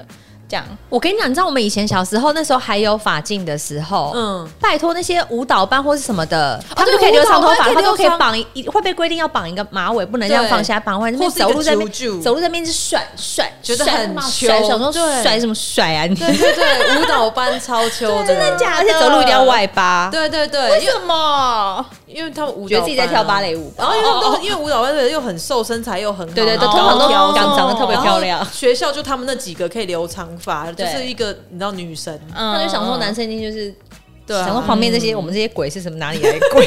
Speaker 3: 这样
Speaker 2: 我跟你讲，你知道我们以前小时候那时候还有发镜的时候，嗯
Speaker 1: 嗯，哦
Speaker 2: 拜托那些舞蹈班或是什么的，他
Speaker 1: 对
Speaker 2: 们就可以留长头发，
Speaker 1: 舞蹈班可以
Speaker 2: 他都可以
Speaker 1: 留长
Speaker 2: 绑一，会被规定要绑一个马尾，不能这样
Speaker 1: 对
Speaker 2: 放下绑，或者
Speaker 1: 或是一
Speaker 2: 走
Speaker 1: 个
Speaker 2: 路在那边
Speaker 1: 揪揪
Speaker 2: 走路在那边是甩甩，
Speaker 1: 觉得
Speaker 2: 甩
Speaker 1: 很
Speaker 2: 嘛甩，
Speaker 1: 羞
Speaker 2: 想说
Speaker 1: 对
Speaker 2: 甩什么甩啊你？
Speaker 1: 对对对，舞蹈班超秋的，
Speaker 2: 而且走路一定要外八，
Speaker 1: 对对对，因为
Speaker 3: 什么？
Speaker 1: 因因为他们舞蹈班啊哦
Speaker 2: 觉得自己在跳芭，蕾舞吧，哦
Speaker 1: 然后因为他们都因为舞蹈班的人又很瘦，身材又很好，
Speaker 2: 对对对，
Speaker 1: 然
Speaker 2: 通
Speaker 1: 后
Speaker 2: 常都
Speaker 1: 高挑
Speaker 2: 长长得特别漂亮。
Speaker 1: 学校就他们那几个可以留长发，就
Speaker 2: 对
Speaker 1: 是一个你知道女神，
Speaker 3: 嗯
Speaker 2: 他就想说，男生一定就是
Speaker 1: 对啊
Speaker 2: 想说旁边这些我们这些鬼是什么哪里来的 鬼？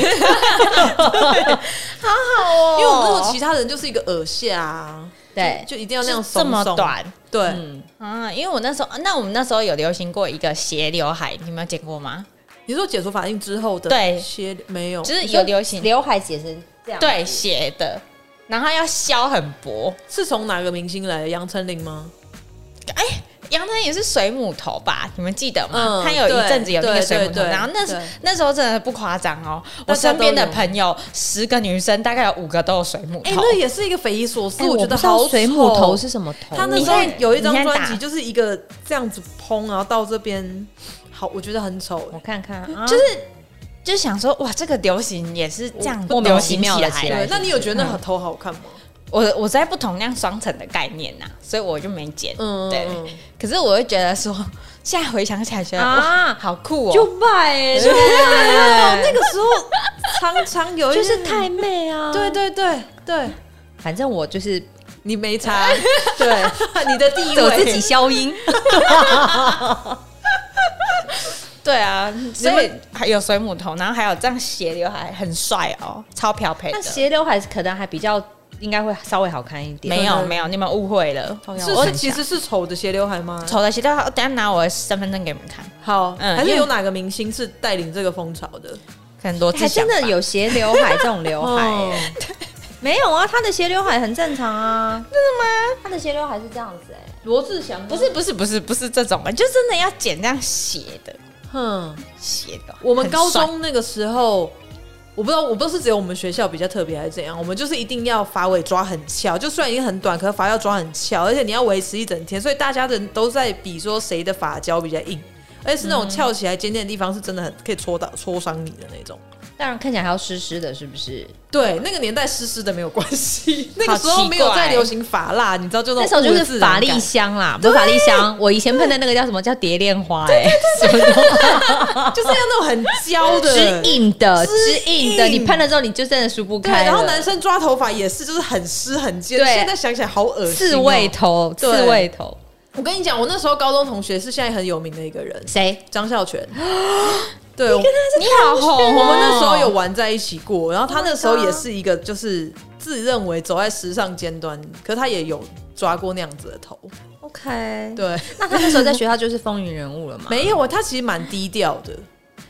Speaker 3: 好哦
Speaker 1: 因为我们那时候其他人就是一个耳下啊，
Speaker 2: 对，
Speaker 1: 就一定要那样
Speaker 3: 是这
Speaker 1: 松
Speaker 3: 么
Speaker 1: 松，
Speaker 3: 短
Speaker 1: 对，
Speaker 2: 嗯，
Speaker 3: 啊，因为我那时候，那我们那时候有流行过一个斜刘海，你们有剪过吗？
Speaker 1: 你说解除法令之后的
Speaker 3: 对
Speaker 1: 些没有，
Speaker 3: 就是有流行，
Speaker 2: 刘海也是这样，
Speaker 3: 对斜的，然后要削很薄。
Speaker 1: 是从哪个明星来的？杨丞琳吗？
Speaker 3: 杨丞琳也是水母头吧？你们记得吗？
Speaker 1: 嗯
Speaker 3: 他有一阵子有那个
Speaker 1: 对
Speaker 3: 水母头，
Speaker 1: 对对
Speaker 3: 然后那时
Speaker 1: 对
Speaker 3: 那时候真的不夸张哦，
Speaker 1: 大
Speaker 3: 我
Speaker 1: 家
Speaker 3: 身
Speaker 1: 都有
Speaker 3: 边的朋友十个女生大概有五个都有水母头。
Speaker 1: 哎、那也是一个匪夷所思，
Speaker 2: 哎，
Speaker 1: 我觉
Speaker 2: 不
Speaker 1: 得
Speaker 2: 知道
Speaker 1: 好
Speaker 2: 水母
Speaker 1: 丑
Speaker 2: 头是什么头？
Speaker 1: 他那
Speaker 3: 你
Speaker 1: 时候
Speaker 3: 看
Speaker 1: 有一张
Speaker 3: 你看
Speaker 1: 专
Speaker 3: 打
Speaker 1: 辑，就是一个这样子蓬，然后到这边，好，我觉得很丑
Speaker 2: 我。看看，啊
Speaker 3: 就是就想说，哇，这个流行也是这样
Speaker 2: 莫名
Speaker 3: 流
Speaker 2: 其
Speaker 3: 行
Speaker 2: 妙
Speaker 3: 起
Speaker 2: 的
Speaker 3: 来
Speaker 2: 起
Speaker 3: 的。
Speaker 2: 来
Speaker 1: 对，那你有觉得那头好看吗？
Speaker 3: 我我在不同样双层的概念呐、所以我就没剪。
Speaker 1: 嗯，
Speaker 3: 对
Speaker 1: 嗯。嗯
Speaker 3: 可是我会觉得说，现在回想起来觉得、哇，
Speaker 2: 啊，
Speaker 3: 好酷哦、
Speaker 2: 就拜，
Speaker 1: 对哦那个时候常常有一
Speaker 2: 就
Speaker 1: 些
Speaker 2: 是太妹啊，
Speaker 1: 对，对对对，
Speaker 2: 反正我就是
Speaker 1: 你没差，对你的地
Speaker 2: 走自
Speaker 1: 位
Speaker 2: 己消 音，
Speaker 3: 对啊，
Speaker 1: 所以
Speaker 3: 所以还有水母头，然后还有这样斜刘海，很帅哦、超漂配
Speaker 2: 那
Speaker 3: 的。
Speaker 2: 斜刘海可能还比较应该会稍微好看一点，
Speaker 3: 没
Speaker 1: 对
Speaker 3: 有
Speaker 1: 对
Speaker 3: 没有，你们误会了。
Speaker 1: 是
Speaker 3: 我
Speaker 1: 是其实是丑的斜刘海吗？
Speaker 3: 丑的斜刘海，等一下拿我的身份证给你们看，
Speaker 1: 好，
Speaker 3: 嗯
Speaker 1: 还是
Speaker 3: 因为
Speaker 1: 有哪个明星是带领这个风潮的？
Speaker 3: 很多
Speaker 2: 还真的有斜刘海这种刘 海、
Speaker 1: 哦
Speaker 2: 欸，没有啊，他的斜刘海很正常啊，真的吗？他的斜刘海是这样子哎、
Speaker 1: 罗志祥
Speaker 3: 不是不是不是不是这种啊，就真的要剪这样斜的
Speaker 1: 哼，
Speaker 3: 斜的。
Speaker 1: 我们高
Speaker 3: 很帅
Speaker 1: 中那个时候，我不知道，我不知道是只有我们学校比较特别还是怎样，我们就是一定要发尾抓很翘，就虽然已经很短，可是发要抓很翘，而且你要维持一整天，所以大家的人都在比说谁的发胶比较硬，而且是那种翘起来尖尖的地方是真的很可以戳到戳伤你的那种。
Speaker 2: 当然看起来还要湿湿的，是不是？
Speaker 1: 对，那个年代湿湿的没有关系， 那个时
Speaker 3: 好
Speaker 1: 候
Speaker 3: 奇
Speaker 1: 没有
Speaker 3: 怪
Speaker 1: 在流行发蜡，你知道就
Speaker 2: 那
Speaker 1: 种
Speaker 2: 时候就
Speaker 1: 物的自
Speaker 2: 是
Speaker 1: 然
Speaker 2: 法力
Speaker 1: 感
Speaker 2: 香啦，不是法力香，我以前喷的那个叫什么叫蝶恋花哎、什么东
Speaker 1: 就是要那种很胶的
Speaker 2: 西之硬的，
Speaker 1: 之
Speaker 2: 之硬的，
Speaker 1: 硬
Speaker 2: 你喷了之后你就真的梳不
Speaker 1: 对，
Speaker 2: 开了。
Speaker 1: 然后男生抓头发也是，就是很湿很尖。
Speaker 2: 对
Speaker 1: 现在想起来好恶心、
Speaker 2: 刺猬。头，
Speaker 1: 对
Speaker 2: 刺猬头，
Speaker 1: 我跟你讲，我那时候高中同学是现在很有名的一个人，
Speaker 2: 谁？
Speaker 1: 张孝 全。对，我
Speaker 3: 你好红、
Speaker 1: 我们那时候
Speaker 3: 嗯
Speaker 1: 有玩在一起过，然后他那时候也是一个就是自认为走在时尚尖端，可他也有抓过那样子的头。
Speaker 2: 嗯？OK，
Speaker 1: 对，
Speaker 2: 那他那时候在学校就是风云人物了嘛？
Speaker 1: 没有啊，他其实蛮低调的，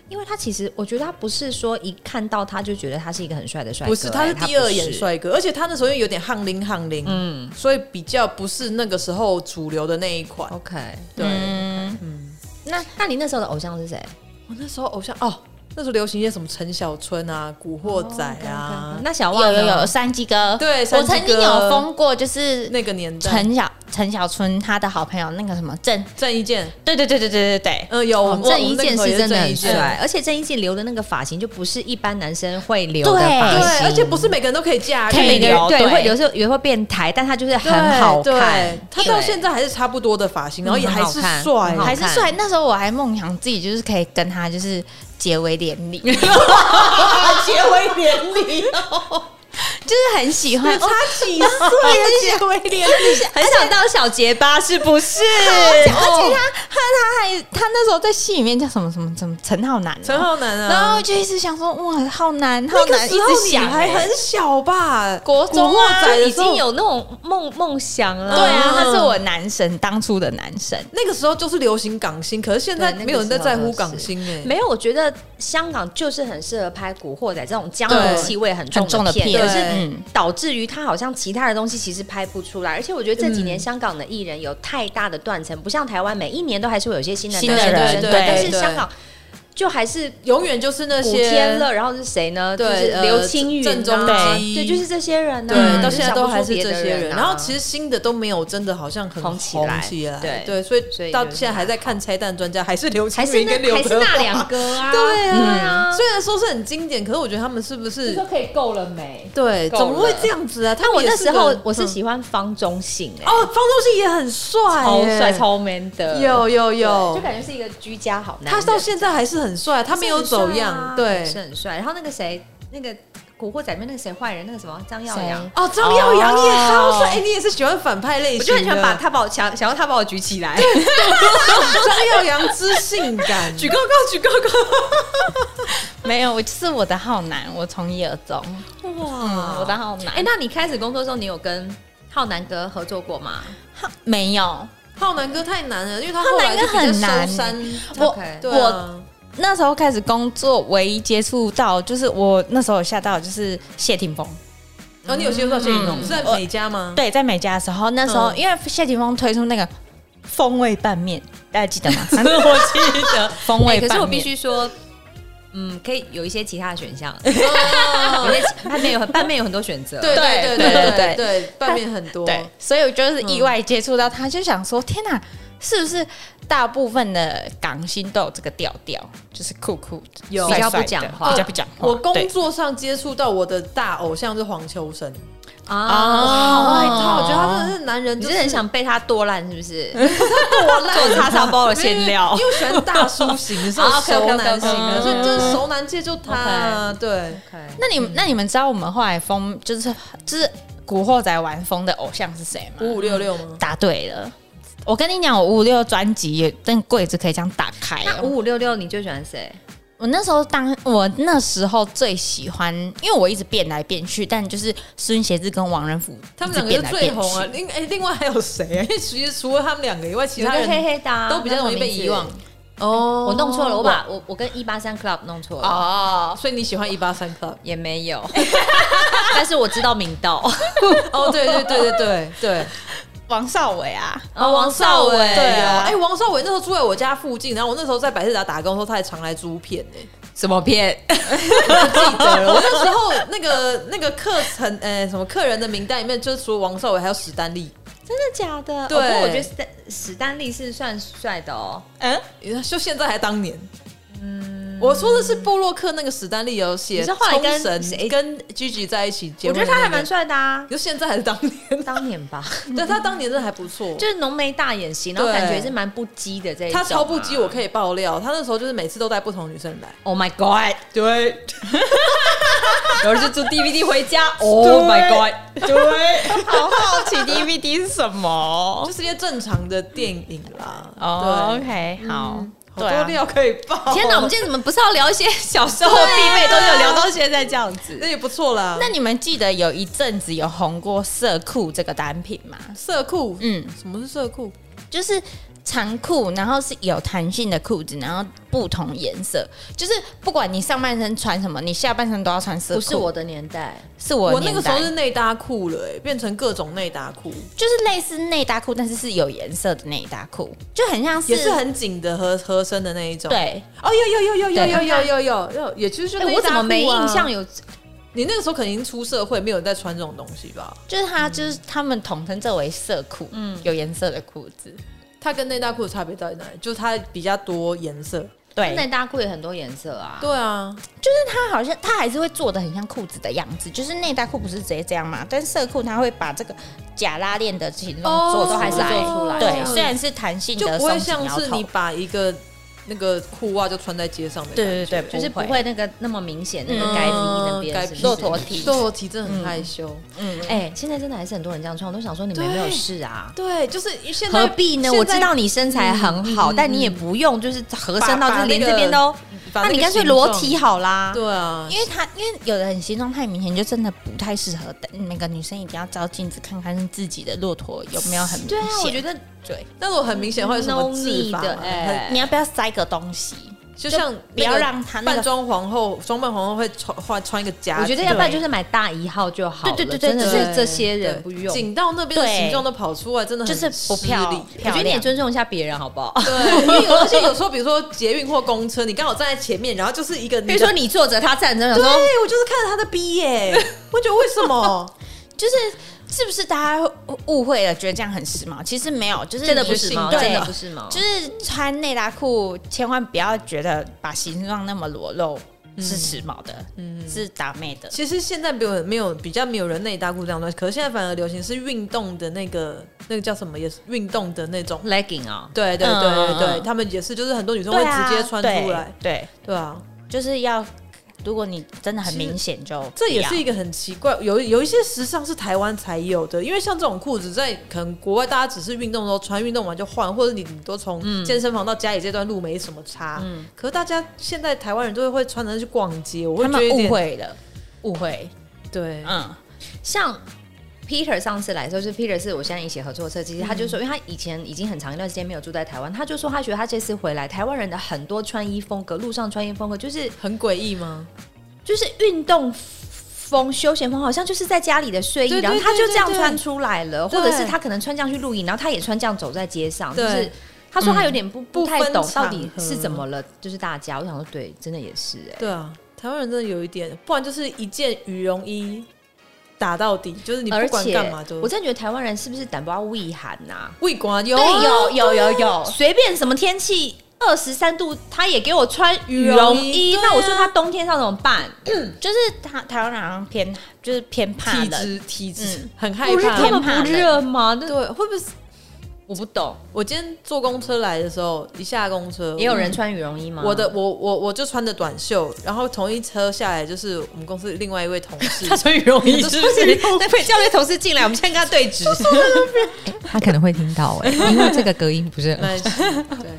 Speaker 2: 因为他其实，我觉得他不是说一看到他就觉得他是一个很帅的帅哥、
Speaker 1: 不是，他是
Speaker 2: 哎
Speaker 1: 第二眼。
Speaker 2: 不是
Speaker 1: 帅哥，而且他那时候又有点汗淋汗淋，
Speaker 2: 嗯
Speaker 1: 所以比较不是那个时候主流的那一款。
Speaker 2: ，OK。
Speaker 1: 对，
Speaker 3: 嗯
Speaker 1: 嗯
Speaker 2: 那那你那时候的偶像是谁？
Speaker 1: 我那时候偶像哦，那时候流行一些什么陈小春啊、古惑仔啊，
Speaker 2: 那小
Speaker 3: 有
Speaker 2: 旺呢
Speaker 3: 有有，三鸡哥，
Speaker 1: 对
Speaker 3: 我
Speaker 1: 山鸡
Speaker 3: 曾经
Speaker 1: 哥
Speaker 3: 有封过，就是
Speaker 1: 那个年代，
Speaker 3: 陈小陈小春他的好朋友那个什么郑，
Speaker 1: 郑伊健，
Speaker 3: 对对对对对对对，
Speaker 1: 呃，有我们
Speaker 2: 哦郑伊健
Speaker 1: 我们那个时候也
Speaker 2: 是真的
Speaker 1: 郑伊
Speaker 2: 很
Speaker 1: 健
Speaker 2: 帅，而且郑伊健留的那个发型就不是一般男生会留的
Speaker 3: 对
Speaker 2: 发型，
Speaker 1: 对，而且不是每个人都可以嫁，
Speaker 3: 可以
Speaker 2: 每个人
Speaker 3: 留
Speaker 2: 对
Speaker 3: 对
Speaker 2: 会留是也会变态，但他就是
Speaker 1: 对
Speaker 2: 很好看
Speaker 1: 对。他到
Speaker 2: 对
Speaker 1: 现在还是差不多的发型，然后也
Speaker 2: 嗯
Speaker 1: 还
Speaker 2: 很好
Speaker 1: 是
Speaker 2: 看
Speaker 1: 帅
Speaker 2: 很好，
Speaker 3: 还
Speaker 1: 还
Speaker 3: 是
Speaker 2: 看
Speaker 3: 帅。那时候我还梦想自己就是可以跟他就是结为连 理，
Speaker 1: 结为连理，
Speaker 3: 就是很喜欢。
Speaker 1: 差
Speaker 3: 哦
Speaker 1: 几岁 啊？结为连理，
Speaker 2: 很想当小结巴是不是？
Speaker 3: 而且他他他还他那时候在戏里面叫什么什么什么陈浩南哦，
Speaker 1: 陈浩南啊，
Speaker 3: 然后就一直想说哇，浩南浩
Speaker 1: 那个
Speaker 3: 南，一
Speaker 1: 时候
Speaker 3: 直
Speaker 1: 你
Speaker 3: 想
Speaker 1: 还
Speaker 3: 欸
Speaker 1: 很小吧？
Speaker 3: 国
Speaker 1: 古
Speaker 3: 中啊
Speaker 1: 惑仔的
Speaker 2: 已
Speaker 1: 时候
Speaker 2: 经有那种梦梦想了。
Speaker 3: 对啊，他
Speaker 1: 嗯
Speaker 3: 是我男神，当初的男神。
Speaker 1: 那个时候就是流行港星，可是现在
Speaker 2: 对那个
Speaker 1: 没有人在在乎
Speaker 2: 时候
Speaker 1: 港星哎、
Speaker 2: 没有，我觉得香港就是很适合拍《古惑仔》这种江湖气味很重
Speaker 3: 很重
Speaker 2: 的
Speaker 3: 的
Speaker 2: 片，
Speaker 3: 片
Speaker 2: 可是
Speaker 1: 对
Speaker 2: 嗯导致于它好像其他的东西其实拍不出来。而且我觉得这几年香港的艺人有太大的断层，不像台湾每一年都还是会有一些新的
Speaker 3: 新的
Speaker 2: 男生
Speaker 3: 人
Speaker 2: 生
Speaker 3: 对
Speaker 2: 对，但是
Speaker 1: 对
Speaker 2: 香港就还是。
Speaker 1: 永远就是那
Speaker 2: 古
Speaker 1: 些
Speaker 2: 天乐，然后是谁呢？就
Speaker 1: 对
Speaker 2: 是
Speaker 1: 呃
Speaker 2: 刘青云、
Speaker 1: 郑中
Speaker 2: 啊，
Speaker 1: 基
Speaker 2: 对，就是这些人呢、
Speaker 1: 对，
Speaker 2: 啊。
Speaker 1: 到现在都还是这些
Speaker 2: 人
Speaker 1: 人。
Speaker 2: 啊。
Speaker 1: 然后其实新的都没有真的好像很
Speaker 2: 红起来
Speaker 1: 起来
Speaker 2: 对
Speaker 1: 对，所以
Speaker 2: 所以
Speaker 1: 到
Speaker 2: 就是
Speaker 1: 现在还在看拆弹专家，还是刘青
Speaker 2: 还是
Speaker 1: 云跟
Speaker 2: 那
Speaker 1: 刘
Speaker 2: 还是
Speaker 1: 德
Speaker 2: 那
Speaker 1: 华。
Speaker 2: 两个 啊，
Speaker 1: 对啊，
Speaker 2: 啊
Speaker 1: 虽然说是很经典，可是我觉得他们是不
Speaker 2: 你
Speaker 1: 是
Speaker 2: 说可以够了没？
Speaker 1: 对？
Speaker 2: 够了
Speaker 1: 怎么会这样子啊？他
Speaker 2: 但我
Speaker 1: 们也
Speaker 2: 那
Speaker 1: 是
Speaker 2: 时候
Speaker 1: 个
Speaker 2: 我是
Speaker 1: 嗯
Speaker 2: 喜欢方中信哎、
Speaker 1: 哦，方中信也很帅
Speaker 2: 超
Speaker 1: 耶，
Speaker 2: 帅超 man 的，
Speaker 1: 有有
Speaker 2: 对
Speaker 1: 有
Speaker 2: 就，感觉是一个居家好男
Speaker 1: 他
Speaker 2: 人。
Speaker 1: 到现在还是很帅，他没有走样，
Speaker 2: 是很帅啊
Speaker 1: 对
Speaker 2: 是很帅。然后那个谁，那个《古惑仔》里面那个谁坏人，那个什么张耀扬
Speaker 3: 谁。
Speaker 1: 哦，张耀扬也好帅，
Speaker 2: 哦
Speaker 1: 哎、你也是喜欢反派类型
Speaker 2: 我
Speaker 1: 的，
Speaker 2: 就很想把他把我想想要他把我举起来，
Speaker 1: 张耀扬之性感，
Speaker 2: 举高高，举高高。
Speaker 3: 没有，我就是我的浩南，我从一而终，
Speaker 1: 哇
Speaker 3: 我的浩南。
Speaker 2: 哎、那你开始工作的时候，你有跟浩南哥合作过吗？
Speaker 3: 浩没有，
Speaker 1: 浩南哥太难了，因为他
Speaker 3: 浩
Speaker 1: 后来
Speaker 3: 南
Speaker 1: 就
Speaker 3: 哥
Speaker 1: 比较
Speaker 3: 很难
Speaker 1: 收山。
Speaker 3: 我
Speaker 2: OK
Speaker 1: 对啊，
Speaker 3: 那时候开始工作，唯一接触到就是我那时候有吓到就是谢霆锋。
Speaker 1: 然后哦你有接触到谢霆锋
Speaker 3: 嗯
Speaker 1: 是在美加吗？
Speaker 3: 对，在美加的时候，那时候、
Speaker 1: 嗯
Speaker 3: 因为谢霆锋推出那个风味拌面，大家记得吗？反正 我记得风味拌
Speaker 2: 哎
Speaker 3: 面、
Speaker 2: 可是我必须说，嗯，可以有一些其他的 选项，
Speaker 1: 哦
Speaker 2: 有些拌面有拌面有很多选择。
Speaker 1: 对对对
Speaker 3: 对
Speaker 1: 对
Speaker 3: 对
Speaker 1: 对
Speaker 3: 对
Speaker 1: 对，拌面很多，
Speaker 3: 对，所以我就是意外接触到他，就想说天哪、是不是大部分的港星都有这个调调，就是酷酷的
Speaker 2: 有
Speaker 3: 帅帅的
Speaker 2: 比较不讲话
Speaker 3: 比较不讲话。
Speaker 1: 我工
Speaker 3: 哦对
Speaker 1: 作上接触到我的大偶像是黄秋生，
Speaker 2: 啊，
Speaker 3: 哦
Speaker 1: 好爱他，我觉得他真的是男人，
Speaker 2: 你
Speaker 1: 就是
Speaker 2: 很想被他剁烂是 不是？
Speaker 1: 剁烂
Speaker 2: 做叉烧包的馅
Speaker 3: 哦
Speaker 2: 料
Speaker 1: 因为我喜欢大叔 型的，是我
Speaker 2: OK，OK，OK，OK，
Speaker 1: 熟男型的，
Speaker 2: 嗯
Speaker 1: 所以就是熟男界就他啊，对，
Speaker 3: 那你那你们知道我们后来封就是就是古惑仔玩疯的偶像是谁吗？
Speaker 1: 五五六六吗？
Speaker 3: 答对了。我跟你讲，我五五六专辑也那个柜子可以这样打开
Speaker 2: 那
Speaker 3: 哦。
Speaker 2: 五五六六你最喜欢谁？
Speaker 3: 我那时候当我那时候最喜欢，因为我一直变来变去，但就是孙协志跟王仁甫
Speaker 1: 他们
Speaker 3: 一直
Speaker 1: 两个
Speaker 3: 变
Speaker 1: 是最
Speaker 3: 来变
Speaker 1: 红啊，
Speaker 3: 去。
Speaker 1: 另哎，另外还有谁啊？因为其实除了他们两个以外，其
Speaker 2: 有个
Speaker 1: 他
Speaker 2: 黑
Speaker 1: 人
Speaker 2: 黑的、啊、
Speaker 1: 都比较容易被遗忘
Speaker 2: 那什么名字。
Speaker 1: 哦
Speaker 2: 我弄错了，我把我我跟一八三 club 弄错了。
Speaker 3: 哦，
Speaker 1: 所以你喜欢一八三 club？
Speaker 2: 也没 有，但是我知道明道，
Speaker 1: 哦，对对对对对对，
Speaker 3: 王少伟啊，
Speaker 2: 哦王少伟
Speaker 1: 对啊，
Speaker 3: 哎
Speaker 1: 哎，王少伟那时候住在我家附近，然后我那时候在百事达打工的时候，他还常来租片 呢。
Speaker 2: 什么片？
Speaker 1: 记得了，我那时候那个那个课程，呃，什么客人的名单里面，就是除了王少伟，还有史丹利，
Speaker 2: 真的假的？
Speaker 1: 对
Speaker 2: 哦不过我觉得史丹史丹利是算帅的哦。
Speaker 3: 嗯，
Speaker 1: 就现在还当年。我说的是布洛克那个史丹利有写，
Speaker 2: 嗯你是后来跟
Speaker 1: 冲绳
Speaker 2: 谁
Speaker 1: 跟 Gigi 在一起结
Speaker 2: 我
Speaker 1: 婚的那
Speaker 2: 觉得
Speaker 1: 个、
Speaker 2: 他还蛮帅的啊，
Speaker 1: 就现在还是当 年，
Speaker 2: 当年吧，
Speaker 1: 对他当年真的还不错，
Speaker 2: 就是浓眉大眼型，然后
Speaker 1: 对
Speaker 2: 感觉也是蛮不羁的这一种、啊
Speaker 1: 他超不羁，我。可以爆料，他那时候就是每次都带不同女生来，
Speaker 2: Oh my god！
Speaker 1: 对
Speaker 2: 有人就租 DVD 回 家。Oh my god！
Speaker 1: 对，
Speaker 3: 好好奇 DVD 是什么
Speaker 2: 哦
Speaker 1: 就？是一些正常的电影啦，对，
Speaker 3: 哦，OK，好，
Speaker 1: 好
Speaker 3: 对
Speaker 1: 多
Speaker 3: 啊
Speaker 1: 料可以爆，
Speaker 2: 天哪，我们今天怎么不是要聊一些小时候必备的东西，有聊到现在这样子？
Speaker 1: 那也不错啦，
Speaker 3: 那你们记得有一阵子有红过色裤这个单品吗？
Speaker 1: 色库，
Speaker 3: 嗯，
Speaker 1: 什么是色库？
Speaker 3: 就是长裤，然后是有弹性的裤子，然后不同颜色，就是不管你上半身穿什么，你下半身都要穿色裤。
Speaker 2: 不是我，的年代，
Speaker 3: 是我
Speaker 1: 我
Speaker 3: 的
Speaker 1: 那
Speaker 3: 年代
Speaker 1: 个时候是内搭裤了、哎，变成各种内搭裤，
Speaker 3: 就是类似内搭裤，但是是有颜色的内搭裤，就很像是
Speaker 1: 也是很紧的合合身的那一种。，
Speaker 3: 对。
Speaker 1: 哦，有有有有有
Speaker 3: 对
Speaker 1: 有有有有有，也就是就
Speaker 2: 哎、
Speaker 1: 内搭裤啊、
Speaker 2: 我怎么没印象有？
Speaker 1: 你那个时候肯定出社会，没有人在穿这种东西吧？
Speaker 3: 就是它，就是他们统称这为色裤，嗯，有颜色的裤子，
Speaker 1: 它跟内搭裤的差别到底哪里？就是它比较多颜色。
Speaker 3: 对，
Speaker 2: 内搭裤也很多颜色啊。
Speaker 1: 对啊，
Speaker 3: 就是它好像它还是会做的很像裤子的样子，就是内搭裤不是直接这样嘛，但色裤它会把这个假拉链的形
Speaker 1: 哦
Speaker 3: 状做
Speaker 2: 都还是
Speaker 3: 出来
Speaker 2: 做出来
Speaker 3: 对，
Speaker 2: 嗯
Speaker 3: 虽然是弹性
Speaker 1: 就
Speaker 3: 的，
Speaker 1: 不会
Speaker 3: 松紧
Speaker 1: 像
Speaker 3: 摇
Speaker 1: 是
Speaker 3: 头
Speaker 1: 你把一个那个裤袜就穿在街上的感
Speaker 3: 对
Speaker 1: 觉。
Speaker 3: 对对，
Speaker 2: 就是不
Speaker 3: 不。
Speaker 2: 会那个那么明显那个该皮那边
Speaker 1: 嗯该
Speaker 2: 是不是
Speaker 1: 皮
Speaker 3: 骆驼蹄
Speaker 1: 对我提真的很害羞。
Speaker 3: 嗯，
Speaker 2: 哎、现在真的还是很多人这样穿，我都想说你们有没有
Speaker 1: 对
Speaker 2: 事啊？
Speaker 1: 对，就是现在
Speaker 2: 何必呢？
Speaker 1: 现在
Speaker 2: 我知道你身材很好，
Speaker 1: 嗯嗯
Speaker 2: 但你也不用就是合身到
Speaker 1: 把
Speaker 2: 就是连
Speaker 1: 把那个
Speaker 2: 这边都，
Speaker 1: 把
Speaker 2: 那你
Speaker 1: 个
Speaker 2: 干脆
Speaker 1: 形
Speaker 2: 裸
Speaker 1: 状
Speaker 2: 体好啦。
Speaker 1: 对啊，
Speaker 3: 因为它因为有的人形状太明显，就真的不太适合。但每个女生一定要照镜子看看自己的骆驼有没有很明
Speaker 2: 对啊，我觉
Speaker 3: 显。
Speaker 2: 得
Speaker 3: 对，
Speaker 1: 但我很明显会有什么治法
Speaker 2: No need 的
Speaker 1: 嘛，
Speaker 2: 哎
Speaker 1: 很
Speaker 3: 你要不要塞个东西？
Speaker 1: 就像
Speaker 3: 不要让他那
Speaker 1: 扮
Speaker 3: 个
Speaker 1: 装皇后、装扮皇后会穿换穿一个夹子，
Speaker 2: 我觉得要不然就是买大一号就好了。
Speaker 3: 对对对对
Speaker 2: 真的
Speaker 1: 对
Speaker 2: 是这些人不用。
Speaker 1: 紧到那边的
Speaker 3: 对
Speaker 1: 形状都跑出来，真的很
Speaker 3: 就是不漂
Speaker 1: 失礼
Speaker 2: 我觉得你
Speaker 3: 漂
Speaker 2: 也
Speaker 3: 亮
Speaker 2: 尊重一下别人好不好？
Speaker 1: 对，因为有而且有时候，比如说捷运或公车，你刚好站在前面，然后就是一个，
Speaker 2: 比如说你坐着，他站着，想
Speaker 1: 对
Speaker 2: 说
Speaker 1: 我就是看着他的逼耶， 我觉得为什么？
Speaker 3: 就是是不是大家误会了，觉得这样很时髦？其实没有，就是
Speaker 2: 真的
Speaker 3: 你
Speaker 2: 不时髦，
Speaker 3: 对
Speaker 2: 真的不时髦。
Speaker 3: 就是穿内搭裤，千万不要觉得把形状那么裸露是时髦的，是打妹的。
Speaker 1: 其实现在没有没有比较没有人内搭裤这样的东西，可是现在反而流行是运动的那个那个叫什么，也是运动的那种。
Speaker 2: legging 啊，
Speaker 1: 对对对
Speaker 3: 嗯
Speaker 1: 对
Speaker 3: 嗯
Speaker 1: 对，
Speaker 3: 嗯
Speaker 1: 他们也是，就是很多女生会直接穿出来，
Speaker 3: 啊对啊，
Speaker 1: 对啊，
Speaker 3: 对就是要如果你真的很明显就
Speaker 1: 这也
Speaker 3: 不
Speaker 1: 是
Speaker 3: 要
Speaker 1: 一个很奇怪，有有一些时尚是台湾才有的，因为像这种裤子在可能国外大家只是运动的时候穿，运动完就换，或者你你都从
Speaker 2: 嗯
Speaker 1: 健身房到家里这段路没什么差。嗯，可是大家现在台湾人都会穿着去逛街，我会
Speaker 3: 他
Speaker 1: 觉得
Speaker 3: 们
Speaker 1: 有
Speaker 3: 误
Speaker 1: 点
Speaker 3: 会了，误会，
Speaker 1: 对，
Speaker 3: 嗯，
Speaker 2: 像 Peter 上次来的时候，就是 Peter 是我现在一起合作的设计师，他就说，因为他以前已经很长一段时间没有住在台湾，他就说他觉得他这次回来，台湾人的很多穿衣风格，路上穿衣风格就是
Speaker 1: 很诡异吗？
Speaker 2: 就是运动。风休闲风好像就是在家里的睡衣，
Speaker 1: 对对
Speaker 2: 然后他就这样
Speaker 1: 对对
Speaker 2: 穿出来了，
Speaker 1: 对
Speaker 2: 或者是他可能穿这样去露营，然后他也穿这样走在街上，就
Speaker 1: 对嗯
Speaker 2: 是他说他有点不、不太懂
Speaker 1: 不分
Speaker 2: 到
Speaker 1: 场
Speaker 2: 底
Speaker 1: 合
Speaker 2: 是怎么了，就是大家，我想说对，真的也是哎、
Speaker 1: 对啊，台湾人真的有一点，不然就是一件羽绒衣打到底，就是你
Speaker 2: 而
Speaker 1: 不管
Speaker 2: 且
Speaker 1: 干嘛都
Speaker 2: 我真的觉得台湾人是不是胆包畏寒呐、
Speaker 1: 未管有啊
Speaker 2: 对，有有有
Speaker 3: 有
Speaker 2: 随便什么天气二十三度，他也给我穿羽绒
Speaker 1: 绒
Speaker 2: 衣。
Speaker 1: 衣对啊
Speaker 2: 那我说他冬天上怎么办？
Speaker 3: 就是台台湾人好像偏就是偏怕
Speaker 1: 体
Speaker 3: 冷，
Speaker 1: 质体质
Speaker 3: 嗯
Speaker 1: 很害
Speaker 2: 不是
Speaker 1: 怕
Speaker 2: 他
Speaker 3: 天
Speaker 1: 的。
Speaker 2: 们不热吗？那
Speaker 1: 对，会不会是？
Speaker 2: 我不懂。
Speaker 1: 我今天坐公车来的时候，一下公车
Speaker 2: 也有人穿羽绒衣吗？
Speaker 1: 我的我我我就穿着短袖，然后同一车下来就是我们公司另外一位同 事，
Speaker 2: 穿羽绒
Speaker 1: 衣是不是
Speaker 2: 那被教练同事进来，我们先跟他对峙。他可能会听到哎、因为这个隔音不是
Speaker 1: 那对，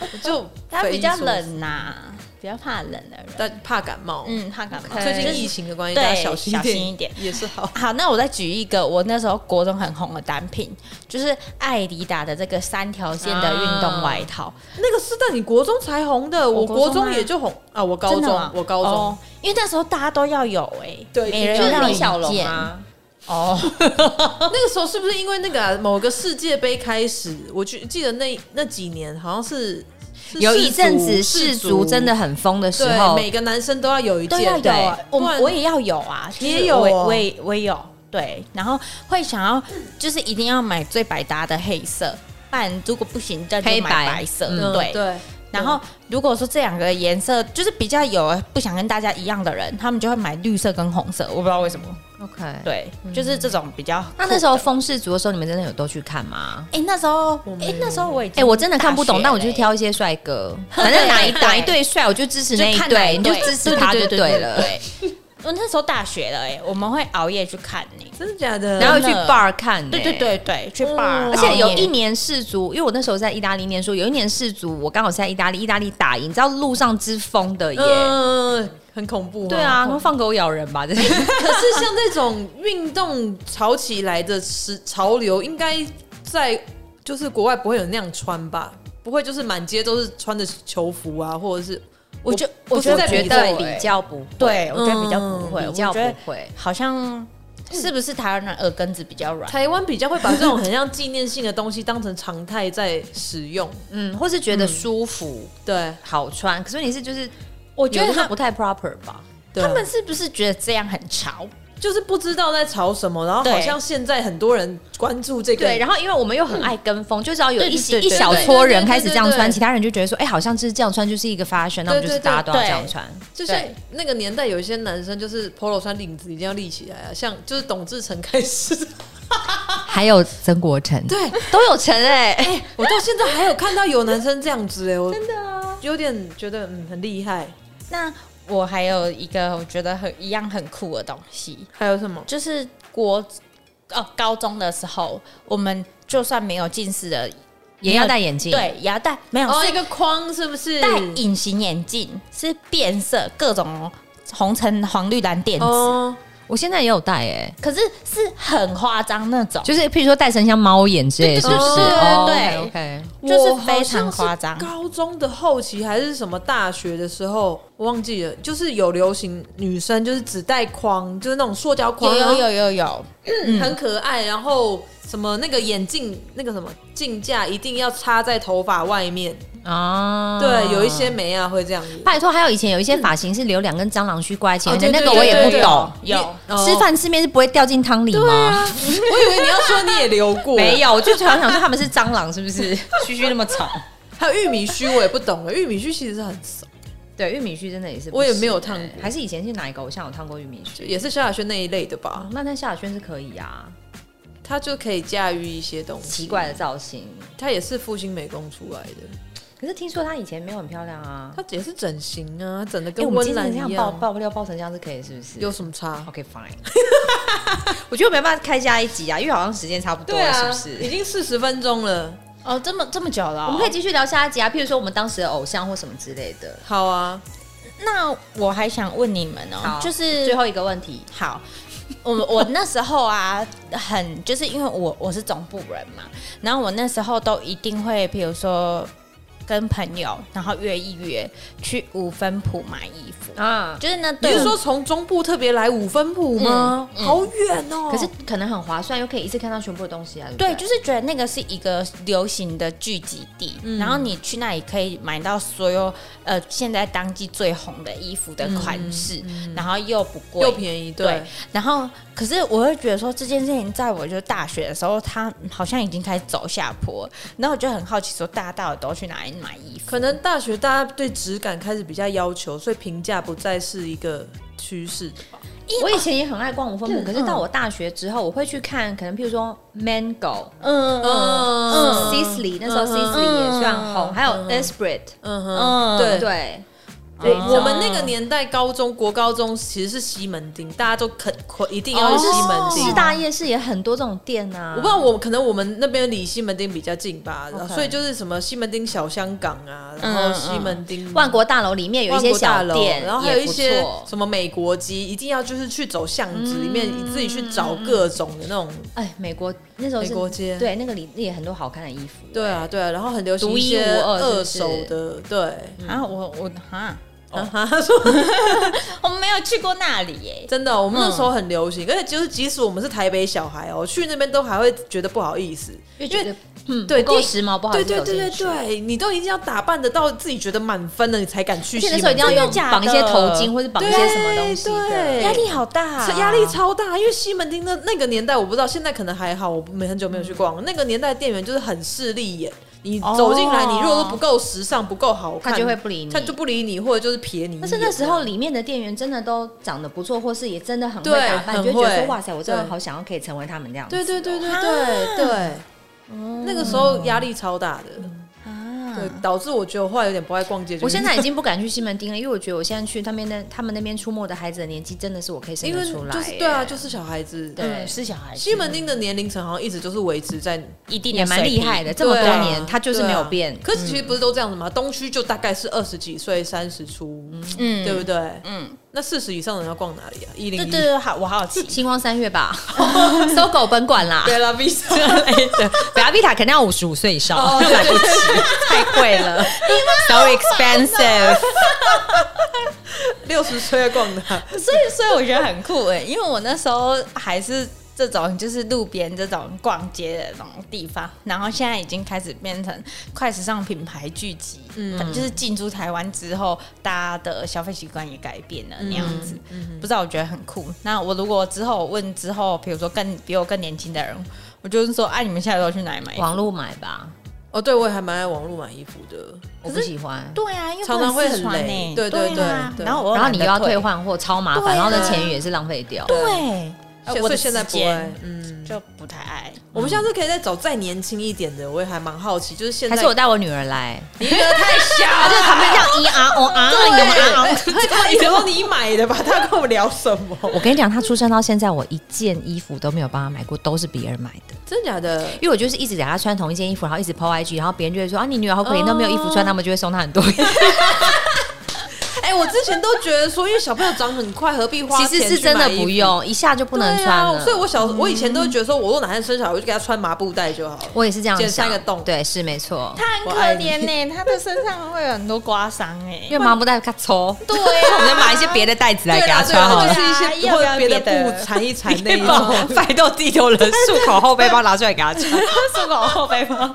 Speaker 1: 我就
Speaker 3: 他比较
Speaker 1: 匪夷所思，
Speaker 3: 冷呐、比较怕冷的人，
Speaker 1: 但怕感冒。
Speaker 3: 嗯，怕感冒。
Speaker 1: 最
Speaker 3: 就
Speaker 1: 近
Speaker 3: 是
Speaker 1: 疫情的关系，
Speaker 3: 对
Speaker 1: 大家小心
Speaker 3: 小心一点
Speaker 1: 也是好。
Speaker 3: 好，那我再举一个我那时候国中很红的单品，就是艾迪达的这个三条线的运动外套，
Speaker 1: 那个是在你国中才红的，我
Speaker 3: 国
Speaker 1: 国
Speaker 3: 中啊
Speaker 1: 中也就红啊，我高
Speaker 3: 真的
Speaker 1: 中
Speaker 3: 吗
Speaker 1: 我高中
Speaker 3: 哦，因为那时候大家都要有哎、
Speaker 1: 对
Speaker 3: 每人
Speaker 1: 就是
Speaker 3: 要
Speaker 2: 李
Speaker 3: 一
Speaker 2: 小龙
Speaker 3: 件
Speaker 2: 啊，
Speaker 3: 哦，
Speaker 1: 那个时候是不是因为那个啊某个世界杯开始？我记记得那那几年好像是是
Speaker 2: 有一
Speaker 1: 世足
Speaker 2: 阵子氏族真的很疯的时
Speaker 1: 对，
Speaker 2: 候，
Speaker 1: 每个男生都要有一
Speaker 3: 都
Speaker 1: 件
Speaker 3: 要，有啊，我
Speaker 1: 不然
Speaker 3: 我也要有啊，
Speaker 1: 你也
Speaker 3: 就是
Speaker 1: 有
Speaker 3: 我
Speaker 1: 哦
Speaker 3: 我也我也有，对，然后会想要就是一定要买最百搭的黑色，不然如果不行，那就
Speaker 2: 黑
Speaker 3: 买
Speaker 2: 白
Speaker 3: 白色，
Speaker 1: 嗯
Speaker 3: 对。
Speaker 1: 对，
Speaker 3: 然后如果说这两个颜色就是比较有不想跟大家一样的人，他们就会买绿色跟红色，我不知道为什么，
Speaker 2: OK。
Speaker 3: 对，就是这种比较酷的。
Speaker 2: 那那时候风氏族的时候，你们真的有都去看吗？
Speaker 3: 哎、那时候，
Speaker 1: 我
Speaker 3: 哎、
Speaker 1: 没有
Speaker 3: 那时候我已
Speaker 2: 哎、
Speaker 3: 经
Speaker 2: 我真的看不懂，
Speaker 3: 大学
Speaker 2: 但我就
Speaker 3: 嘞
Speaker 2: 是，挑一些帅哥，反正哪一
Speaker 3: 对
Speaker 2: 哪一队帅，我就支持那
Speaker 3: 就
Speaker 2: 一
Speaker 3: 看哪
Speaker 2: 队，
Speaker 3: 一
Speaker 2: 你就
Speaker 3: 队
Speaker 2: 支持他就
Speaker 3: 对对对
Speaker 2: 对了。
Speaker 3: 我那时候大学了、哎，我们会熬夜去看呢、
Speaker 1: 真的假的？
Speaker 2: 然后
Speaker 3: 真
Speaker 2: 去
Speaker 3: 的
Speaker 2: bar 看呢、
Speaker 3: 对对对对，去
Speaker 1: 嗯
Speaker 3: bar，
Speaker 2: 而且有一
Speaker 3: 年
Speaker 2: 年世足，因为我那时候在意大利念书，有一年世足，我刚好是在意大利，意大利打赢，你知道路上之风的耶。
Speaker 1: 嗯，很恐怖、
Speaker 2: 对啊，然后放狗咬人吧，这是
Speaker 1: 可是像这种运动潮起来的时潮流，应该在就是国外不会有那样穿吧？不会，就是满街都是穿的球服啊，或者是
Speaker 3: 我就
Speaker 1: 我
Speaker 3: 我
Speaker 1: 不
Speaker 3: 觉
Speaker 1: 是
Speaker 3: 得
Speaker 1: 在
Speaker 2: 绝
Speaker 1: 比
Speaker 2: 对
Speaker 1: 较
Speaker 2: 比较不
Speaker 3: 对，我觉得比较
Speaker 1: 嗯
Speaker 3: 不会，
Speaker 2: 比
Speaker 3: 我
Speaker 2: 较
Speaker 3: 觉
Speaker 2: 不
Speaker 3: 得
Speaker 2: 会。
Speaker 3: 好像是不是台湾人耳根子比较软？
Speaker 1: 台湾比较会把这种很像纪念性的东西当成常态在使用。
Speaker 2: 嗯，或是觉得舒服、
Speaker 1: 对，
Speaker 2: 好穿，可是问题是就是
Speaker 3: 我
Speaker 2: 我
Speaker 3: 觉得
Speaker 2: 它
Speaker 3: 他
Speaker 2: 不太 proper 吧。
Speaker 1: 对
Speaker 3: 他们是不是觉得这样很潮？
Speaker 1: 就是不知道在吵什么，然后
Speaker 3: 对
Speaker 1: 好像现在很多人关注这个，
Speaker 2: 对，然后因为我们又很爱跟风，就只要有
Speaker 3: 对
Speaker 2: 一
Speaker 3: 对
Speaker 2: 一
Speaker 3: 对
Speaker 2: 小
Speaker 1: 对
Speaker 2: 撮
Speaker 1: 对
Speaker 2: 人
Speaker 1: 对
Speaker 2: 开始
Speaker 1: 对
Speaker 2: 这样
Speaker 1: 对
Speaker 2: 穿，
Speaker 1: 对
Speaker 2: 其他人就觉得说，哎，好像就是这样穿就是一个 fashion，那我们就
Speaker 1: 对
Speaker 2: 是
Speaker 1: 对
Speaker 2: 大家都要
Speaker 3: 对
Speaker 2: 这样穿。
Speaker 1: 就像
Speaker 3: 对
Speaker 1: 那个年代，有一些男生就是 polo 穿领子一定要立起来啊，像就是董志成开始，
Speaker 2: 还有曾国成，
Speaker 1: 对
Speaker 2: 都有成哎、
Speaker 1: 我到现在还有看到有男生这样子哎、我真的啊，有点觉得嗯很厉害。
Speaker 3: 那我还有一个我觉得很一样很酷的东西，
Speaker 1: 还有什么？
Speaker 3: 就是国哦高中的时候，我们就算没有近视的，
Speaker 2: 也要戴眼镜。，
Speaker 3: 对，也要戴，没有、
Speaker 1: 哦，
Speaker 3: 是
Speaker 1: 一个框是不是？
Speaker 3: 戴隐形眼镜，是变色各种红橙黄绿蓝靛紫，
Speaker 1: 哦，
Speaker 2: 我现在也有戴哎、
Speaker 3: 可是是很夸张那种。
Speaker 2: 就是譬如说戴成像猫眼之类的，是
Speaker 3: 对
Speaker 2: 不
Speaker 1: 对
Speaker 2: 是？
Speaker 1: 对对
Speaker 2: 哦
Speaker 3: 对
Speaker 2: OK，
Speaker 3: 就是
Speaker 1: 我好像
Speaker 3: 非常夸张
Speaker 1: 是高中的后期还是什么大学的时候，我忘记了，就是有流行女生就是只戴框，就是那种塑胶框，
Speaker 3: 有
Speaker 1: 然后
Speaker 3: 有有有有，
Speaker 2: 哦
Speaker 1: 很可爱，然后什么那个眼镜那个什么镜架一定要插在头发外面，
Speaker 2: 啊，
Speaker 1: 对，有一些。美嗯啊会这样子。
Speaker 2: 拜托，还有以前有一些发型是留两根蟑螂须挂在前面的，
Speaker 1: 哦对
Speaker 2: 那
Speaker 1: 对
Speaker 2: 个我也
Speaker 1: 对
Speaker 2: 不
Speaker 1: 对啊
Speaker 2: 懂。
Speaker 3: 有
Speaker 1: 哦
Speaker 2: 吃饭吃面是不会掉进汤里吗？
Speaker 1: 我以为你要说你也留 过，
Speaker 2: 没。有，我就常想说他们是蟑螂，是 不是？须须那么长。
Speaker 1: 还有玉米须，我也不懂了。玉米须其实是很少，
Speaker 2: 对，玉米须真的也是不
Speaker 1: 我也
Speaker 2: 行
Speaker 1: 没有
Speaker 2: 欸
Speaker 1: 烫过
Speaker 2: 还是以前是哪一个偶像有烫过玉米须？
Speaker 1: 也是萧亚轩那一类的吧
Speaker 2: 哦，那那萧亚轩是可以啊，
Speaker 1: 他就可以驾驭一些东西。
Speaker 2: 奇怪的，造型。
Speaker 1: 他也是复兴美工出来的。
Speaker 2: 可是听说她以前没有很漂亮啊。
Speaker 1: 她也是整形啊，整的
Speaker 2: 哎、
Speaker 1: 跟
Speaker 2: 我们
Speaker 1: 温
Speaker 2: 今
Speaker 1: 岚
Speaker 2: 天
Speaker 1: 一
Speaker 2: 这样爆
Speaker 1: 样，
Speaker 2: 爆料爆成这样是可以，是不是？
Speaker 1: 有什么差？
Speaker 2: OK fine。我觉得我没办法开下一集啊，因为好像时间差不多了，是不
Speaker 1: 啊已
Speaker 2: 是？
Speaker 1: 经四十分钟了。
Speaker 3: 哦，这么这么久了
Speaker 2: 我
Speaker 3: 哦、
Speaker 2: 们可以继续聊下一集啊，譬如说我们当时的偶像或什么之类的。
Speaker 1: 好啊，
Speaker 3: 那我还想问你们哦、
Speaker 2: 好
Speaker 1: 嗯
Speaker 3: 就是
Speaker 2: 最后一个问题，
Speaker 3: 好，我我那时候啊， 很就是因为我我是总部人嘛，然后我那时候都一定会，比如说跟朋友，然后约一约去五分铺买衣服，
Speaker 2: 啊，
Speaker 3: 就是那
Speaker 1: 你
Speaker 3: 对
Speaker 1: 是说从中部特别来五分埔吗？
Speaker 3: 嗯嗯
Speaker 1: 好远哦、
Speaker 2: 可是可能很划算，又可以一次看到全部的东西啊。
Speaker 3: 对，
Speaker 2: 对不对，
Speaker 3: 就是觉得那个是一个流行的聚集地，然后你去那里可以买到所有呃现在当季最红的衣服的款式，然后又不贵，
Speaker 1: 又便宜，对，
Speaker 3: 对，然后可是我会觉得说这件事情，在我就大学的时候，它好像已经开始走下坡，然后我就很好奇说，大家到底都去哪里买衣服？
Speaker 1: 可能大学大家对质感开始比较要求，所以评价不再是一个趋势吧。
Speaker 2: 我以前也很爱逛五分铺，可是
Speaker 3: 嗯
Speaker 2: 到我大学之后，我会去看，可能譬如说 Mango、
Speaker 3: 嗯
Speaker 1: 嗯
Speaker 2: Sisley，那时候
Speaker 1: 嗯
Speaker 2: Sisley 也算红，
Speaker 3: 嗯
Speaker 2: 还有
Speaker 1: 嗯
Speaker 2: Esprit，
Speaker 1: 嗯哼，
Speaker 3: 嗯
Speaker 1: 对
Speaker 2: 对，
Speaker 1: 对，
Speaker 3: 哦
Speaker 1: 我们那个年代高中国高中其实是西门町，大家都肯肯一定要去西门
Speaker 2: 师
Speaker 1: 町。
Speaker 2: 大夜市也很多这种店啊。
Speaker 1: 我不知道我可能我们那边离西门町比较近吧
Speaker 2: OK
Speaker 1: 所以就是什么西门町小香港啊，然后
Speaker 3: 嗯
Speaker 1: 西门町、
Speaker 2: 万国大楼里面有一
Speaker 1: 万
Speaker 2: 些
Speaker 1: 国大
Speaker 2: 小
Speaker 1: 楼
Speaker 2: 店，
Speaker 1: 然后还有
Speaker 2: 也
Speaker 1: 一
Speaker 2: 不
Speaker 1: 些
Speaker 2: 错嗯
Speaker 1: 什么美国街，一定要就是去走巷子里面，你自己去找各种的那种。
Speaker 2: 哎，美国那时候是
Speaker 1: 美国街
Speaker 2: 对，那个里也很多好看的衣服。
Speaker 1: 对啊，对啊，然后很流行
Speaker 2: 独一
Speaker 1: 一些
Speaker 2: 无二
Speaker 1: 二
Speaker 2: 是不是
Speaker 1: 手的，对。
Speaker 3: 啊，我我啊，
Speaker 2: 哦
Speaker 1: 啊哈， 他说
Speaker 3: 我没有去过那里耶。
Speaker 1: 真的哦、我们那时候很流
Speaker 2: 嗯
Speaker 1: 行，而且就是即使我们是台北小孩哦，去那边都还会觉得不好意思，
Speaker 2: 因为觉得嗯
Speaker 1: 对
Speaker 2: 不够
Speaker 1: 第一
Speaker 2: 时髦，不好
Speaker 1: 对
Speaker 2: 意思
Speaker 1: 对
Speaker 2: 走进
Speaker 1: 对
Speaker 2: 去
Speaker 1: 对对，你都已经要打扮得到自己觉得满分了，你才敢去
Speaker 2: 而
Speaker 1: 西
Speaker 2: 且
Speaker 1: 门
Speaker 2: 那时候
Speaker 1: 町。
Speaker 2: 一定要用
Speaker 3: 真的假的
Speaker 2: 绑一些头巾或者绑一些什么东西
Speaker 1: 对
Speaker 2: 的。
Speaker 3: 压力好大、啊，
Speaker 1: 压力超大，因为西门町的那个年代，我不知道现在可能还好，我没很久没有去逛。
Speaker 2: 嗯
Speaker 1: 那个年代店员就是很势利眼，你
Speaker 3: 哦
Speaker 1: 走进来，你如果都不够时尚、不够好看，
Speaker 2: 他就会不理你
Speaker 1: 他就不理你，或者就是瞥你一眼。
Speaker 2: 但是那时候里面的店员真的都长得不错，或是也真的很会
Speaker 1: 对
Speaker 2: 打扮，
Speaker 1: 很
Speaker 2: 你就会觉得
Speaker 1: 会
Speaker 2: 说哇塞，我真的
Speaker 1: 对
Speaker 2: 好想要可以成为他们那样子。
Speaker 1: 对，对对
Speaker 2: 啊
Speaker 1: 对对对，
Speaker 2: 哦
Speaker 1: 那个时候压力超大的，
Speaker 3: 啊，
Speaker 1: 对，导致我觉得我后来有点不爱逛街。就是
Speaker 2: 嗯我现在已经不敢去西门町了，因为我觉得我现在去他们那他们那边出没的孩子的年纪真的是我可以生
Speaker 1: 因
Speaker 2: 得
Speaker 1: 为
Speaker 2: 出来。
Speaker 1: 就是对啊，就是小孩子。
Speaker 2: 对
Speaker 3: 嗯是小孩子，
Speaker 1: 西门町的年龄层好像一直就是维持在
Speaker 3: 一定
Speaker 2: 也蛮厉害的，这么多
Speaker 1: 对啊
Speaker 2: 年他就是没有变嗯
Speaker 1: 对啊。可是其实不是都这样子吗？东区就大概是二十几岁、三十出，
Speaker 3: 嗯
Speaker 1: 对不对？
Speaker 3: 嗯，
Speaker 1: 那四十以上的人要逛哪里啊？一零
Speaker 3: 对
Speaker 1: 一
Speaker 3: 对对，好，我好奇，
Speaker 2: 星光三月 吧，搜狗本馆啦。
Speaker 1: 啦，Visa
Speaker 2: 对，北阿比塔肯定要五十五岁以上，
Speaker 1: 哦对
Speaker 2: 买不起，太贵了，so
Speaker 3: 哦
Speaker 2: expensive。
Speaker 1: 六十岁要逛哪？
Speaker 3: 所以，所以我觉得很酷哎，因为我那时候还是这种就是路边这种逛街的那种地方，然后现在已经开始变成快时尚品牌聚集，嗯，就是进驻台湾之后，大家的消费习惯也改变了那样子，
Speaker 2: 嗯
Speaker 3: 不知道我觉得很酷。那我如果之后问之后，比如说更比我更年轻的人，我就是说，哎、你们现在都去哪里买衣服？
Speaker 2: 网络买吧，
Speaker 1: 哦，对，我也还蛮爱网络买衣服的。
Speaker 2: 我不喜欢。
Speaker 3: 对啊，因为
Speaker 1: 常常会很
Speaker 3: 不能试穿
Speaker 1: 累
Speaker 3: 欸
Speaker 1: 对对
Speaker 3: 啊
Speaker 1: 对对
Speaker 3: 然后我
Speaker 2: 然后
Speaker 3: 懒
Speaker 2: 你
Speaker 3: 得
Speaker 2: 又要退，换货，超麻
Speaker 3: 对啊
Speaker 2: 烦，然后那钱也是浪费掉。
Speaker 3: 对，呃
Speaker 1: 所
Speaker 3: 我
Speaker 1: 以
Speaker 3: 的
Speaker 1: 现在
Speaker 3: 时
Speaker 1: 不爱
Speaker 3: 间，
Speaker 1: 嗯。
Speaker 3: 就不太爱。
Speaker 1: 我们下次可以再找再年轻一点的，我也还蛮好奇，就是现
Speaker 2: 还
Speaker 1: 在
Speaker 2: 是我带我女儿来，
Speaker 1: 你一个 太小
Speaker 2: 她就
Speaker 1: 了，
Speaker 2: 旁边这样 e r o r，有没 有啊
Speaker 1: 对，他一直说你买的吧，他跟我们聊什么？
Speaker 2: 我跟你讲，她出生到现在，我一件衣服都没有帮她买过，都是别人买的。
Speaker 1: 真假的？
Speaker 2: 因为我就是一直给她穿同一件衣服，然后一直 PO IG，然后别人就会说啊，你女儿好可怜，都没有衣服
Speaker 1: 啊
Speaker 2: 穿，他们就会送她 很多。
Speaker 1: 哎、我之前都觉得说，因为小朋友长很快，何必花
Speaker 2: 其
Speaker 1: 钱
Speaker 2: 实是
Speaker 1: 去
Speaker 2: 真的
Speaker 1: 买衣
Speaker 2: 不
Speaker 1: 服
Speaker 2: 用，一下就不能穿嗯
Speaker 1: 对啊。
Speaker 2: 了。
Speaker 1: 所以我小，我以前都觉得说，我如果哪天生小孩，我就给他穿麻布袋就好了。
Speaker 2: 我也是这样
Speaker 1: 剪
Speaker 2: 想，
Speaker 1: 三个洞
Speaker 2: 对，是没错。
Speaker 3: 他很可怜呢、他的身上会有很多刮伤哎、
Speaker 2: 因 为麻布袋咔抽，
Speaker 3: 对啊
Speaker 2: 我们买一些别的袋子来
Speaker 1: 对
Speaker 2: 啊给他
Speaker 1: 啦，对
Speaker 2: 穿好
Speaker 1: 啦，
Speaker 2: 了。哎
Speaker 1: 就是一些
Speaker 3: 要不
Speaker 1: 或
Speaker 3: 要
Speaker 1: 者别
Speaker 3: 别的
Speaker 1: 布缠一缠那一
Speaker 2: 可以
Speaker 1: 种。
Speaker 2: 把摆到地头人漱 口后背包拿出来给他穿。
Speaker 3: 束口后背包。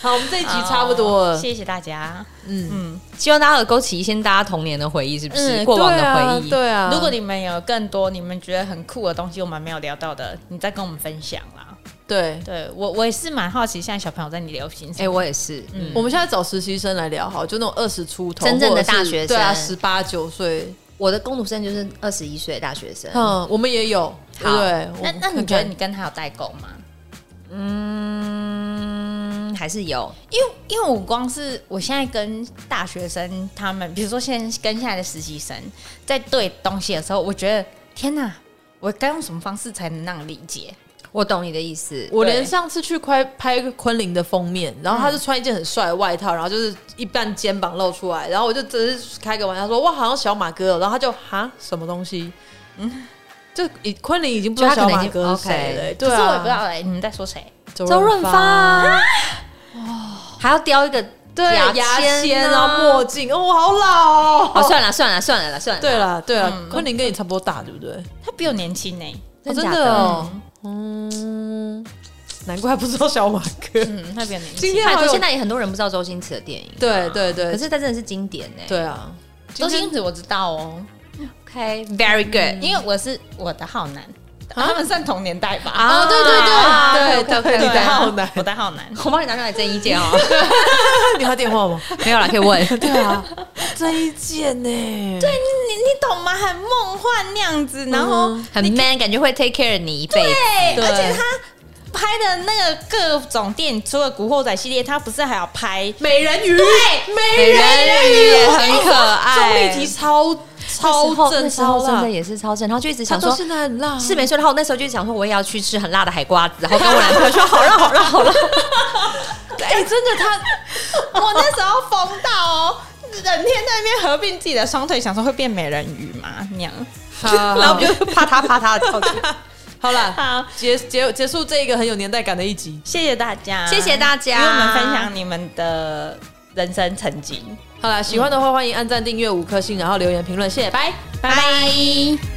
Speaker 1: 好，我们这一集差不多
Speaker 2: 哦
Speaker 1: 了。
Speaker 3: 谢谢大家。
Speaker 1: 嗯，
Speaker 2: 希望大家有勾起一些大家童年的回忆，是不是？
Speaker 3: 嗯
Speaker 2: 过往的回忆。
Speaker 1: 对啊。
Speaker 3: 如果你们有更多你们觉得很酷的东西，我们没有聊到的，你再跟我们分享啦。
Speaker 1: 对，
Speaker 3: 对我，我也是蛮好奇，现在小朋友在你流行什
Speaker 2: 哎、
Speaker 3: 么？
Speaker 2: 我也是，嗯，
Speaker 1: 我们现在找实习生来聊，好，就那种二十出头，
Speaker 2: 真正的
Speaker 1: 或者是
Speaker 2: 大学生
Speaker 1: 对啊，十八九岁，
Speaker 2: 我的工读生就是二十一岁的大学生，
Speaker 1: 嗯，我们也有，对
Speaker 2: 好
Speaker 1: 哎不对？我
Speaker 3: 那
Speaker 1: 们
Speaker 3: 那你
Speaker 1: 看
Speaker 3: 觉得
Speaker 1: 看
Speaker 3: 你跟他有代沟吗？
Speaker 2: 嗯，还还是有？
Speaker 3: 因为因为我光是我现在跟大学生他们，比如说现在跟现在的实习生在对东西的时候，我觉得天哪，我该用什么方式才能让你理解？
Speaker 2: 我懂你的意思，
Speaker 1: 我
Speaker 3: 对
Speaker 1: 连上次去拍拍昆凌的封面，然后他就穿一件很帅的外套，然后就是一半肩膀露出来，然后我就只是开个玩笑说哇，好像小马哥、哦，然后他就哈什么东西，嗯，就已昆凌已经不知道
Speaker 2: 就他
Speaker 1: 小
Speaker 2: 可能
Speaker 1: 马
Speaker 2: 已经
Speaker 1: 哥是谁
Speaker 2: OK
Speaker 1: 了、
Speaker 3: 可
Speaker 1: 对
Speaker 3: 是
Speaker 1: 啊，
Speaker 3: 我也不知道哎、你们在说谁？
Speaker 1: 周
Speaker 2: 周润
Speaker 1: 润
Speaker 2: 发，哇，还要雕一个
Speaker 1: 对牙签
Speaker 2: 签
Speaker 1: 然后墨
Speaker 2: 啊！
Speaker 1: 镜，哦，我好老、
Speaker 2: 哦，
Speaker 1: 哦。
Speaker 2: 算了算了算了啦算 了，
Speaker 1: 对，了对了，昆凌跟你差不多大，对不对？
Speaker 3: 他比我年轻呢、
Speaker 1: 哦
Speaker 2: 真假
Speaker 1: 的
Speaker 2: 的
Speaker 1: 哦，嗯，难怪不知道小马哥。
Speaker 3: 嗯，他比我年
Speaker 1: 今
Speaker 3: 轻。
Speaker 1: 天
Speaker 2: 拜
Speaker 1: 好
Speaker 2: 托，
Speaker 1: 有
Speaker 2: 现在也很多人不知道周星驰的电影，
Speaker 1: 对对对，
Speaker 2: 可是他真的是经典呢。
Speaker 1: 对啊，
Speaker 3: 周
Speaker 1: 今天
Speaker 3: 星驰我知道哦，嗯
Speaker 2: ，OK，very good。
Speaker 3: 因为我是我的浩南，他们算同年代吧？
Speaker 2: 啊
Speaker 1: 对对对
Speaker 2: 啊
Speaker 1: 对
Speaker 2: ，OK，OK，
Speaker 1: 对
Speaker 2: 对
Speaker 1: 你的
Speaker 2: 啊
Speaker 1: 浩南
Speaker 3: 我的浩南。
Speaker 2: 我帮你拿出来争意 见哦，
Speaker 1: 你有他电话吗？
Speaker 2: 没有啦，可以 问。
Speaker 1: 对啊，这一件呢、对，
Speaker 3: 你你懂吗？很梦幻那样子，然后、
Speaker 1: 嗯
Speaker 2: 很 man，感觉会 take care 你一辈子。
Speaker 3: 对，
Speaker 1: 对
Speaker 3: 哎而且他拍的那个各种电影，除了《古惑仔》系列，他不是还要拍
Speaker 1: 美人鱼，
Speaker 2: 美
Speaker 1: 美
Speaker 2: 人鱼也很可爱，
Speaker 1: 综艺题超超正
Speaker 2: 那时候
Speaker 1: 超
Speaker 2: 真
Speaker 1: 辣
Speaker 2: 的，也是超正，然后就一直
Speaker 1: 他
Speaker 2: 想
Speaker 1: 到
Speaker 2: 说。
Speaker 1: 现在很辣，
Speaker 2: 是没错，然后我那时候就想说，我也要去吃很辣的海瓜子，然后跟我男朋友说好辣好辣好辣，
Speaker 1: 哎、真的他
Speaker 3: 我那时候疯到哦，整天在那边合并自己的双腿，想说会变美人鱼嘛那样。
Speaker 1: 好
Speaker 2: 然后我们就啪嗒啪嗒的跳起来。
Speaker 1: 好了，
Speaker 3: 好，
Speaker 1: 结结结束这一个很有年代感的一集，
Speaker 3: 谢谢大家，
Speaker 2: 谢谢大家
Speaker 3: 与我们分享你们的人生成绩，
Speaker 1: 好了，喜欢的话欢迎按赞、订阅五颗星，然后留言评论，谢谢，拜。
Speaker 3: 拜拜